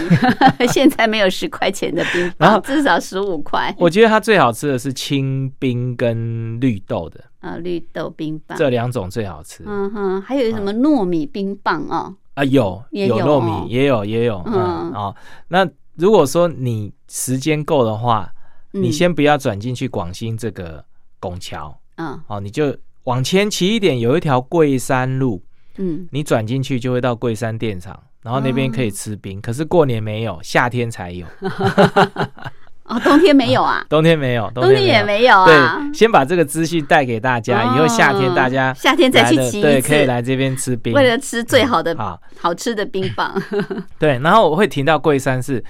[SPEAKER 1] 现在没有十块钱的冰
[SPEAKER 3] 然后
[SPEAKER 1] 棒，至少十五块。
[SPEAKER 3] 我觉得它最好吃的是清冰跟绿豆的
[SPEAKER 1] 啊，绿豆冰棒。
[SPEAKER 3] 这两种最好吃
[SPEAKER 1] 嗯哼，还有什么糯米冰棒哦？
[SPEAKER 3] 啊，有
[SPEAKER 1] 也有
[SPEAKER 3] 糯
[SPEAKER 1] 哦
[SPEAKER 3] 米，也有也有，
[SPEAKER 1] 嗯
[SPEAKER 3] 嗯哦。那如果说你时间够的话，
[SPEAKER 1] 嗯
[SPEAKER 3] 你先不要转进去广兴这个拱桥
[SPEAKER 1] 嗯
[SPEAKER 3] 哦，你就往前骑一点，有一条桂山路，
[SPEAKER 1] 嗯，
[SPEAKER 3] 你转进去就会到桂山电厂，然后那边可以吃冰，可是过年没有，夏天才 有，
[SPEAKER 1] 哦，冬天没有啊，
[SPEAKER 3] 冬天没有，
[SPEAKER 1] 冬天
[SPEAKER 3] 有
[SPEAKER 1] 也没有啊。
[SPEAKER 3] 对，先把这个资讯带给大家，以后夏天大家
[SPEAKER 1] 哦夏天再去
[SPEAKER 3] 来了
[SPEAKER 1] 骑一
[SPEAKER 3] 对，
[SPEAKER 1] 次
[SPEAKER 3] 可以来这边吃冰。嗯
[SPEAKER 1] 为了吃最好的
[SPEAKER 3] 好，
[SPEAKER 1] 好吃的冰 棒，
[SPEAKER 3] 对，然后我会提到桂山是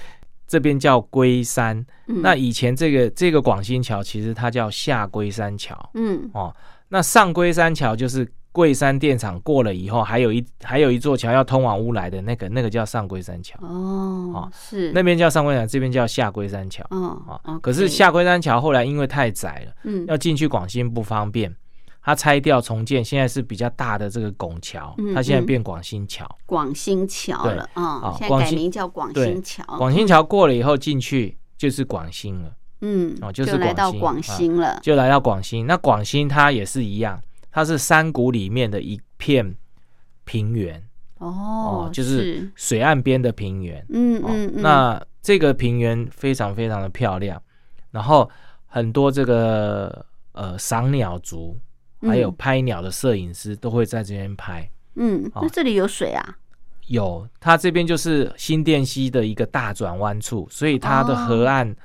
[SPEAKER 3] 这边叫龟山，
[SPEAKER 1] 嗯
[SPEAKER 3] 那以前这个这个广兴桥其实它叫下龟山桥
[SPEAKER 1] 嗯
[SPEAKER 3] 哦，那上龟山桥就是。桂山电厂过了以后，还有一还有一座桥要通往乌来的那个，那个叫上龟山桥，
[SPEAKER 1] 哦
[SPEAKER 3] 哦
[SPEAKER 1] 是
[SPEAKER 3] 那边叫上龟山，这边叫下龟山桥。
[SPEAKER 1] 哦
[SPEAKER 3] 啊、
[SPEAKER 1] OK
[SPEAKER 3] 可是下龟山桥后来因为太窄了，
[SPEAKER 1] 嗯
[SPEAKER 3] 要进去广兴不方便，它拆掉重建，现在是比较大的这个拱桥，
[SPEAKER 1] 嗯
[SPEAKER 3] 它现在
[SPEAKER 1] 嗯
[SPEAKER 3] 变广兴桥。
[SPEAKER 1] 广兴桥
[SPEAKER 3] 对
[SPEAKER 1] 了啊，
[SPEAKER 3] 好
[SPEAKER 1] 现在
[SPEAKER 3] 广
[SPEAKER 1] 改
[SPEAKER 3] 兴
[SPEAKER 1] 名叫广
[SPEAKER 3] 对
[SPEAKER 1] 兴桥，
[SPEAKER 3] 广兴桥过了以后进去就是广兴了，
[SPEAKER 1] 嗯
[SPEAKER 3] 哦就是
[SPEAKER 1] 来到广
[SPEAKER 3] 广兴
[SPEAKER 1] 兴了，
[SPEAKER 3] 就来到广兴。那广兴它也是一样，它是山谷里面的一片平原
[SPEAKER 1] 哦
[SPEAKER 3] 就是水岸边的平原。
[SPEAKER 1] 嗯
[SPEAKER 3] 哦
[SPEAKER 1] 嗯嗯，
[SPEAKER 3] 那这个平原非常非常的漂亮，然后很多这个呃赏鸟族，还有
[SPEAKER 1] 嗯
[SPEAKER 3] 拍鸟的摄影师都会在这边拍。
[SPEAKER 1] 嗯，那
[SPEAKER 3] 哦
[SPEAKER 1] 这里有水啊，
[SPEAKER 3] 有，它这边就是新店溪的一个大转弯处，所以它的
[SPEAKER 1] 哦
[SPEAKER 3] 河岸、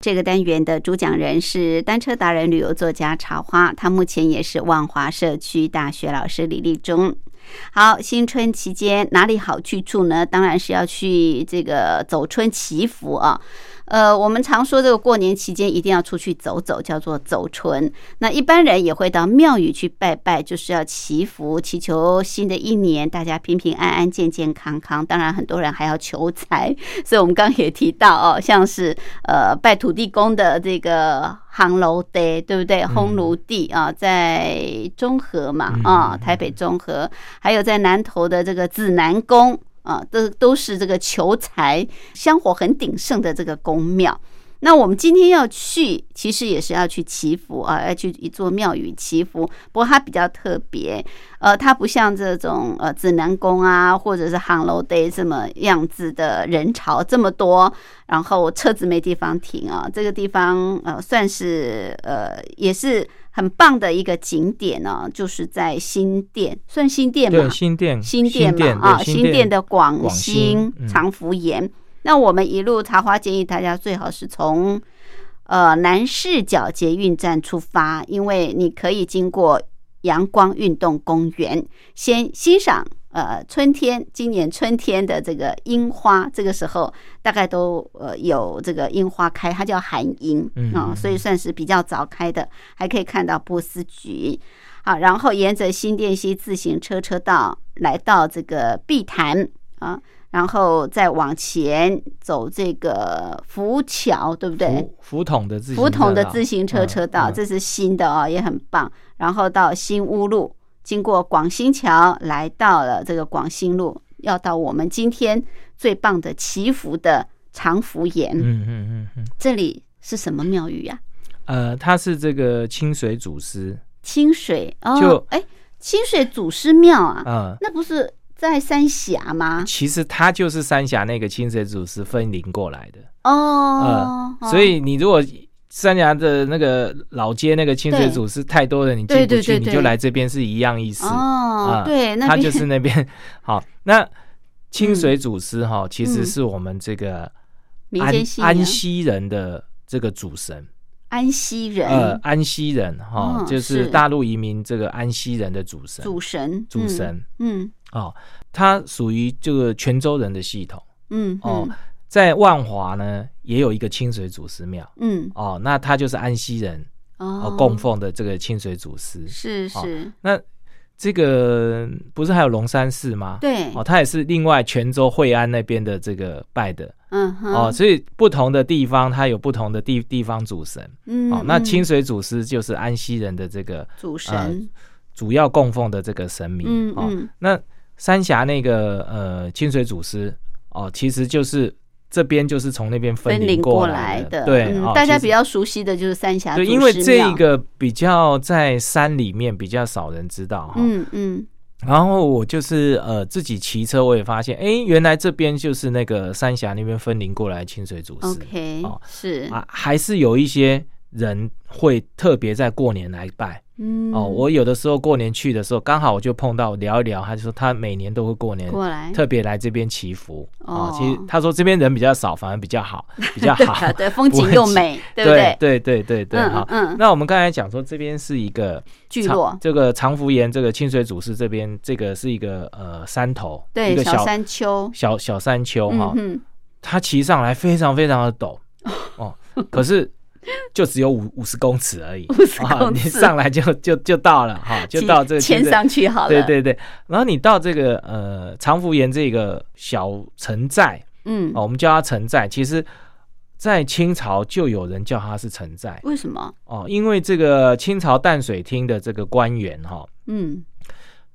[SPEAKER 1] 这个单元的主讲人是单车达人、旅游作家茶花，他目前也是万华社区大学老师李立忠。好，新春期间哪里好去处呢？当然是要去这个走春祈福啊。呃，我们常说这个过年期间一定要出去走走，叫做走春。那一般人也会到庙宇去拜拜，就是要祈福，祈求新的一年大家平平安安、健健康康。当然，很多人还要求财， 所以我们刚刚也提到哦，像是呃拜土地公的这个烘炉地，对不对？烘炉地啊，在中和嘛啊，
[SPEAKER 3] 嗯
[SPEAKER 1] 台北中和，还有在南投的这个指南宫。啊，都都是这个求财、香火很鼎盛的这个宫庙。那我们今天要去，其实也是要去祈福啊，要去一座庙宇祈福。不过它比较特别，呃，它不像这种呃指南宫啊，或者是航楼 day 这么样子的人潮这么多，然后车子没地方停啊。这个地方呃算是呃也是很棒的一个景点呢、就是在新店，算新店吧，
[SPEAKER 3] 对，新店，
[SPEAKER 1] 新店
[SPEAKER 3] 店
[SPEAKER 1] 嘛啊，
[SPEAKER 3] 对
[SPEAKER 1] 新店的广
[SPEAKER 3] 广
[SPEAKER 1] 兴
[SPEAKER 3] 兴嗯
[SPEAKER 1] 长福岩。那我们一路茶花建议大家最好是从呃南市角捷运站出发，因为你可以经过阳光运动公园，先欣赏。呃，春天今年春天的这个樱花，这个时候大概都呃有这个樱花开，它叫寒樱
[SPEAKER 3] 嗯
[SPEAKER 1] 啊、所以算是比较早开的，还可以看到波斯菊。好，然后沿着新店溪自行车车道来到这个碧潭啊，然后再往前走这个浮桥，对不对？
[SPEAKER 3] 福福桶的自行
[SPEAKER 1] 浮
[SPEAKER 3] 车
[SPEAKER 1] 筒的
[SPEAKER 3] 道
[SPEAKER 1] 自行车车道，
[SPEAKER 3] 嗯嗯
[SPEAKER 1] 这是新的哦，也很棒。然后到新屋路，经过广兴桥，来到了这个广兴路，要到我们今天最棒的祈福的长福岩。
[SPEAKER 3] 嗯嗯嗯嗯，
[SPEAKER 1] 这里是什么庙宇啊？
[SPEAKER 3] 呃，他是这个清水祖师，
[SPEAKER 1] 清水哦
[SPEAKER 3] 就，
[SPEAKER 1] 哎，清水祖师庙啊，
[SPEAKER 3] 嗯，
[SPEAKER 1] 那不是在三峡吗？
[SPEAKER 3] 其实他就是三峡那个清水祖师分灵过来的，
[SPEAKER 1] 哦，
[SPEAKER 3] 呃所以你如果三峡的那个老街那个清水祖师太多了，你进不
[SPEAKER 1] 对对对
[SPEAKER 3] 去，你
[SPEAKER 1] 对
[SPEAKER 3] 就来这边是一样意思。
[SPEAKER 1] 哦，
[SPEAKER 3] 嗯
[SPEAKER 1] 对，那
[SPEAKER 3] 他
[SPEAKER 1] 边
[SPEAKER 3] 就是那边 好。那清水祖师哈，其实是我们这个
[SPEAKER 1] 嗯民
[SPEAKER 3] 安
[SPEAKER 1] 间信
[SPEAKER 3] 安
[SPEAKER 1] 仰
[SPEAKER 3] 息人的这个主神，
[SPEAKER 1] 安息
[SPEAKER 3] 呃
[SPEAKER 1] 人，
[SPEAKER 3] 安息人哈
[SPEAKER 1] 嗯，
[SPEAKER 3] 就是
[SPEAKER 1] 是
[SPEAKER 3] 大陆移民这个安息人的主神。
[SPEAKER 1] 主神，
[SPEAKER 3] 主神
[SPEAKER 1] 嗯，
[SPEAKER 3] 哦，它属于这个泉州人的系统
[SPEAKER 1] 嗯嗯
[SPEAKER 3] 哦，在万华呢也有一个清水祖师庙
[SPEAKER 1] 嗯
[SPEAKER 3] 哦，那它就是安息人
[SPEAKER 1] 嗯
[SPEAKER 3] 哦供奉的这个清水祖师。
[SPEAKER 1] 是
[SPEAKER 3] 哦
[SPEAKER 1] 是，
[SPEAKER 3] 那这个不是还有龙山寺吗？
[SPEAKER 1] 对，
[SPEAKER 3] 哦，它也是另外泉州惠安那边的这个拜的
[SPEAKER 1] 嗯哼，
[SPEAKER 3] 哦，所以不同的地方它有不同的地地方主神
[SPEAKER 1] 嗯，
[SPEAKER 3] 哦。那
[SPEAKER 1] 嗯
[SPEAKER 3] 清水祖师就是安息人的这个
[SPEAKER 1] 主
[SPEAKER 3] 呃
[SPEAKER 1] 神，
[SPEAKER 3] 主要供奉的这个神明
[SPEAKER 1] 嗯
[SPEAKER 3] 哦。
[SPEAKER 1] 嗯
[SPEAKER 3] 那三峡那个呃清水祖师哦，其实就是这边就是从那边
[SPEAKER 1] 分
[SPEAKER 3] 灵
[SPEAKER 1] 灵过
[SPEAKER 3] 来
[SPEAKER 1] 的，
[SPEAKER 3] 对，
[SPEAKER 1] 嗯
[SPEAKER 3] 哦
[SPEAKER 1] 大家
[SPEAKER 3] 其实
[SPEAKER 1] 比较熟悉的就是三峡，
[SPEAKER 3] 对，因为这个比较在山里面比较少人知道哈。
[SPEAKER 1] 嗯嗯
[SPEAKER 3] 然后我就是呃自己骑车，我也发现，哎，原来这边就是那个三峡那边分灵过来的清水祖师
[SPEAKER 1] ，OK，
[SPEAKER 3] 哦
[SPEAKER 1] 是，
[SPEAKER 3] 啊，还是有一些人会特别在过年来拜。
[SPEAKER 1] 嗯
[SPEAKER 3] 哦，我有的时候过年去的时候，刚好我就碰到聊一聊，他就说他每年都会过年
[SPEAKER 1] 过来
[SPEAKER 3] 特别来这边祈福哦
[SPEAKER 1] 哦
[SPEAKER 3] 其实他说这边人比较少，反而比较好，比较
[SPEAKER 1] 对
[SPEAKER 3] 好
[SPEAKER 1] 啊，对，风
[SPEAKER 3] 不
[SPEAKER 1] 景
[SPEAKER 3] 会
[SPEAKER 1] 又
[SPEAKER 3] 挤
[SPEAKER 1] 美，对不
[SPEAKER 3] 对？ 对对对对，
[SPEAKER 1] 嗯
[SPEAKER 3] 好。
[SPEAKER 1] 嗯，
[SPEAKER 3] 那我们刚才讲说，这边是一个
[SPEAKER 1] 聚
[SPEAKER 3] 长
[SPEAKER 1] 落，
[SPEAKER 3] 这个长福岩，这个清水祖师这边，这个是一个呃山头，一
[SPEAKER 1] 对，
[SPEAKER 3] 个
[SPEAKER 1] 小
[SPEAKER 3] 小
[SPEAKER 1] 山丘，
[SPEAKER 3] 小小山丘哈、
[SPEAKER 1] 嗯
[SPEAKER 3] 它骑上来非常非常的 陡哦，可是就只有五五十公尺而已，
[SPEAKER 1] 50
[SPEAKER 3] 啊
[SPEAKER 1] 公
[SPEAKER 3] 你
[SPEAKER 1] 尺
[SPEAKER 3] 上来就就就到了哈、就
[SPEAKER 1] 骑
[SPEAKER 3] 到这个
[SPEAKER 1] 牵
[SPEAKER 3] 清水
[SPEAKER 1] 上去好了，
[SPEAKER 3] 对，对对，然后你到这个呃长福岩这个小城寨
[SPEAKER 1] 嗯
[SPEAKER 3] 哦，，我们叫它城寨，其实。在清朝就有人叫它是城寨
[SPEAKER 1] 为什么？
[SPEAKER 3] 哦，因为这个清朝淡水厅的这个官员哈、
[SPEAKER 1] 嗯，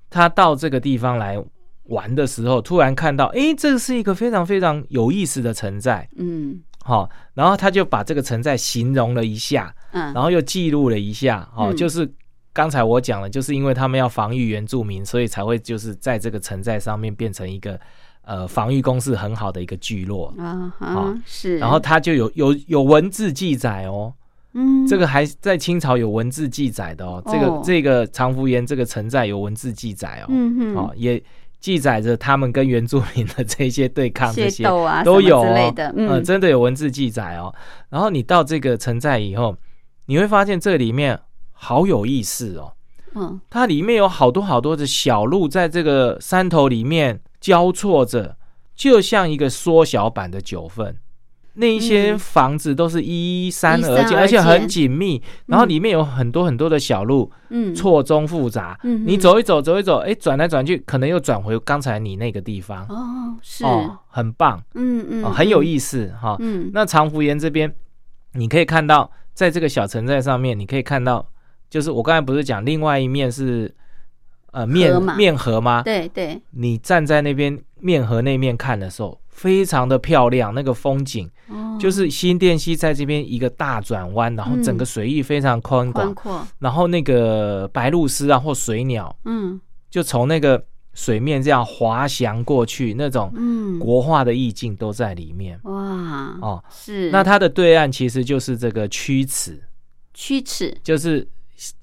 [SPEAKER 3] 他到这个地方来玩的时候，突然看到，诶，这是一个非常非常有意思的城寨，
[SPEAKER 1] 嗯
[SPEAKER 3] 哈、然后他就把这个城寨形容了一下，
[SPEAKER 1] 嗯，
[SPEAKER 3] 然后又记录了一下，哦，
[SPEAKER 1] 嗯
[SPEAKER 3] 就是刚才我讲了，就是因为他们要防御原住民，所以才会就是在这个城寨上面变成一个呃防御工事很好的一个聚落，
[SPEAKER 1] 啊
[SPEAKER 3] 好
[SPEAKER 1] 哈，是，
[SPEAKER 3] 哦然后他就有有有文字记载哦，
[SPEAKER 1] 嗯，
[SPEAKER 3] 这个还在清朝有文字记载的哦，这个、
[SPEAKER 1] 哦
[SPEAKER 3] 这个长福岩这个城寨有文字记载哦，
[SPEAKER 1] 嗯哼
[SPEAKER 3] 哦，也记载着他们跟原住民的这些对抗这
[SPEAKER 1] 械
[SPEAKER 3] 些。
[SPEAKER 1] 斗啊
[SPEAKER 3] 都
[SPEAKER 1] 什么
[SPEAKER 3] 有、哦、
[SPEAKER 1] 之类的，
[SPEAKER 3] 呃
[SPEAKER 1] 嗯，
[SPEAKER 3] 真的有文字记载哦。然后你到这个城寨以后，你会发现这里面好有意思哦，
[SPEAKER 1] 嗯
[SPEAKER 3] 它里面有好多好多的小路，在这个山头里面交错着，就像一个缩小版的九份。那一些
[SPEAKER 1] 嗯
[SPEAKER 3] 房子都是依山
[SPEAKER 1] 依
[SPEAKER 3] 而
[SPEAKER 1] 山
[SPEAKER 3] 建，
[SPEAKER 1] 而
[SPEAKER 3] 而且
[SPEAKER 1] 建
[SPEAKER 3] 很紧密，然后里面有很多很多的小路，
[SPEAKER 1] 嗯，
[SPEAKER 3] 错综复杂。
[SPEAKER 1] 嗯哼
[SPEAKER 3] 你走一走，走一走，哎，转来转去，可能又转回刚才你那个地方。
[SPEAKER 1] 哦，是，
[SPEAKER 3] 哦，很棒，
[SPEAKER 1] 嗯嗯、
[SPEAKER 3] 哦，很有
[SPEAKER 1] 思，
[SPEAKER 3] 意思哈。
[SPEAKER 1] 嗯，
[SPEAKER 3] 那长福岩这边，你可以看到，在这个小城寨上面，你可以看到，就是我刚才不是讲另外一面是呃面
[SPEAKER 1] 嘛
[SPEAKER 3] 面河吗？
[SPEAKER 1] 对对，
[SPEAKER 3] 你站在那边面河那面看的时候，非常的漂亮，那个风景、
[SPEAKER 1] 哦，
[SPEAKER 3] 就是新店溪在这边一个大转弯，然后整个水域非常宽广，
[SPEAKER 1] 嗯宽阔，
[SPEAKER 3] 然后那个白鹭鸶啊或水鸟
[SPEAKER 1] 嗯
[SPEAKER 3] 就从那个水面这样滑翔过去，那种
[SPEAKER 1] 嗯，
[SPEAKER 3] 国画的意境都在里面
[SPEAKER 1] 哇，
[SPEAKER 3] 哦。
[SPEAKER 1] 是，
[SPEAKER 3] 那它的对岸其实就是这个曲池，
[SPEAKER 1] 曲尺
[SPEAKER 3] 就是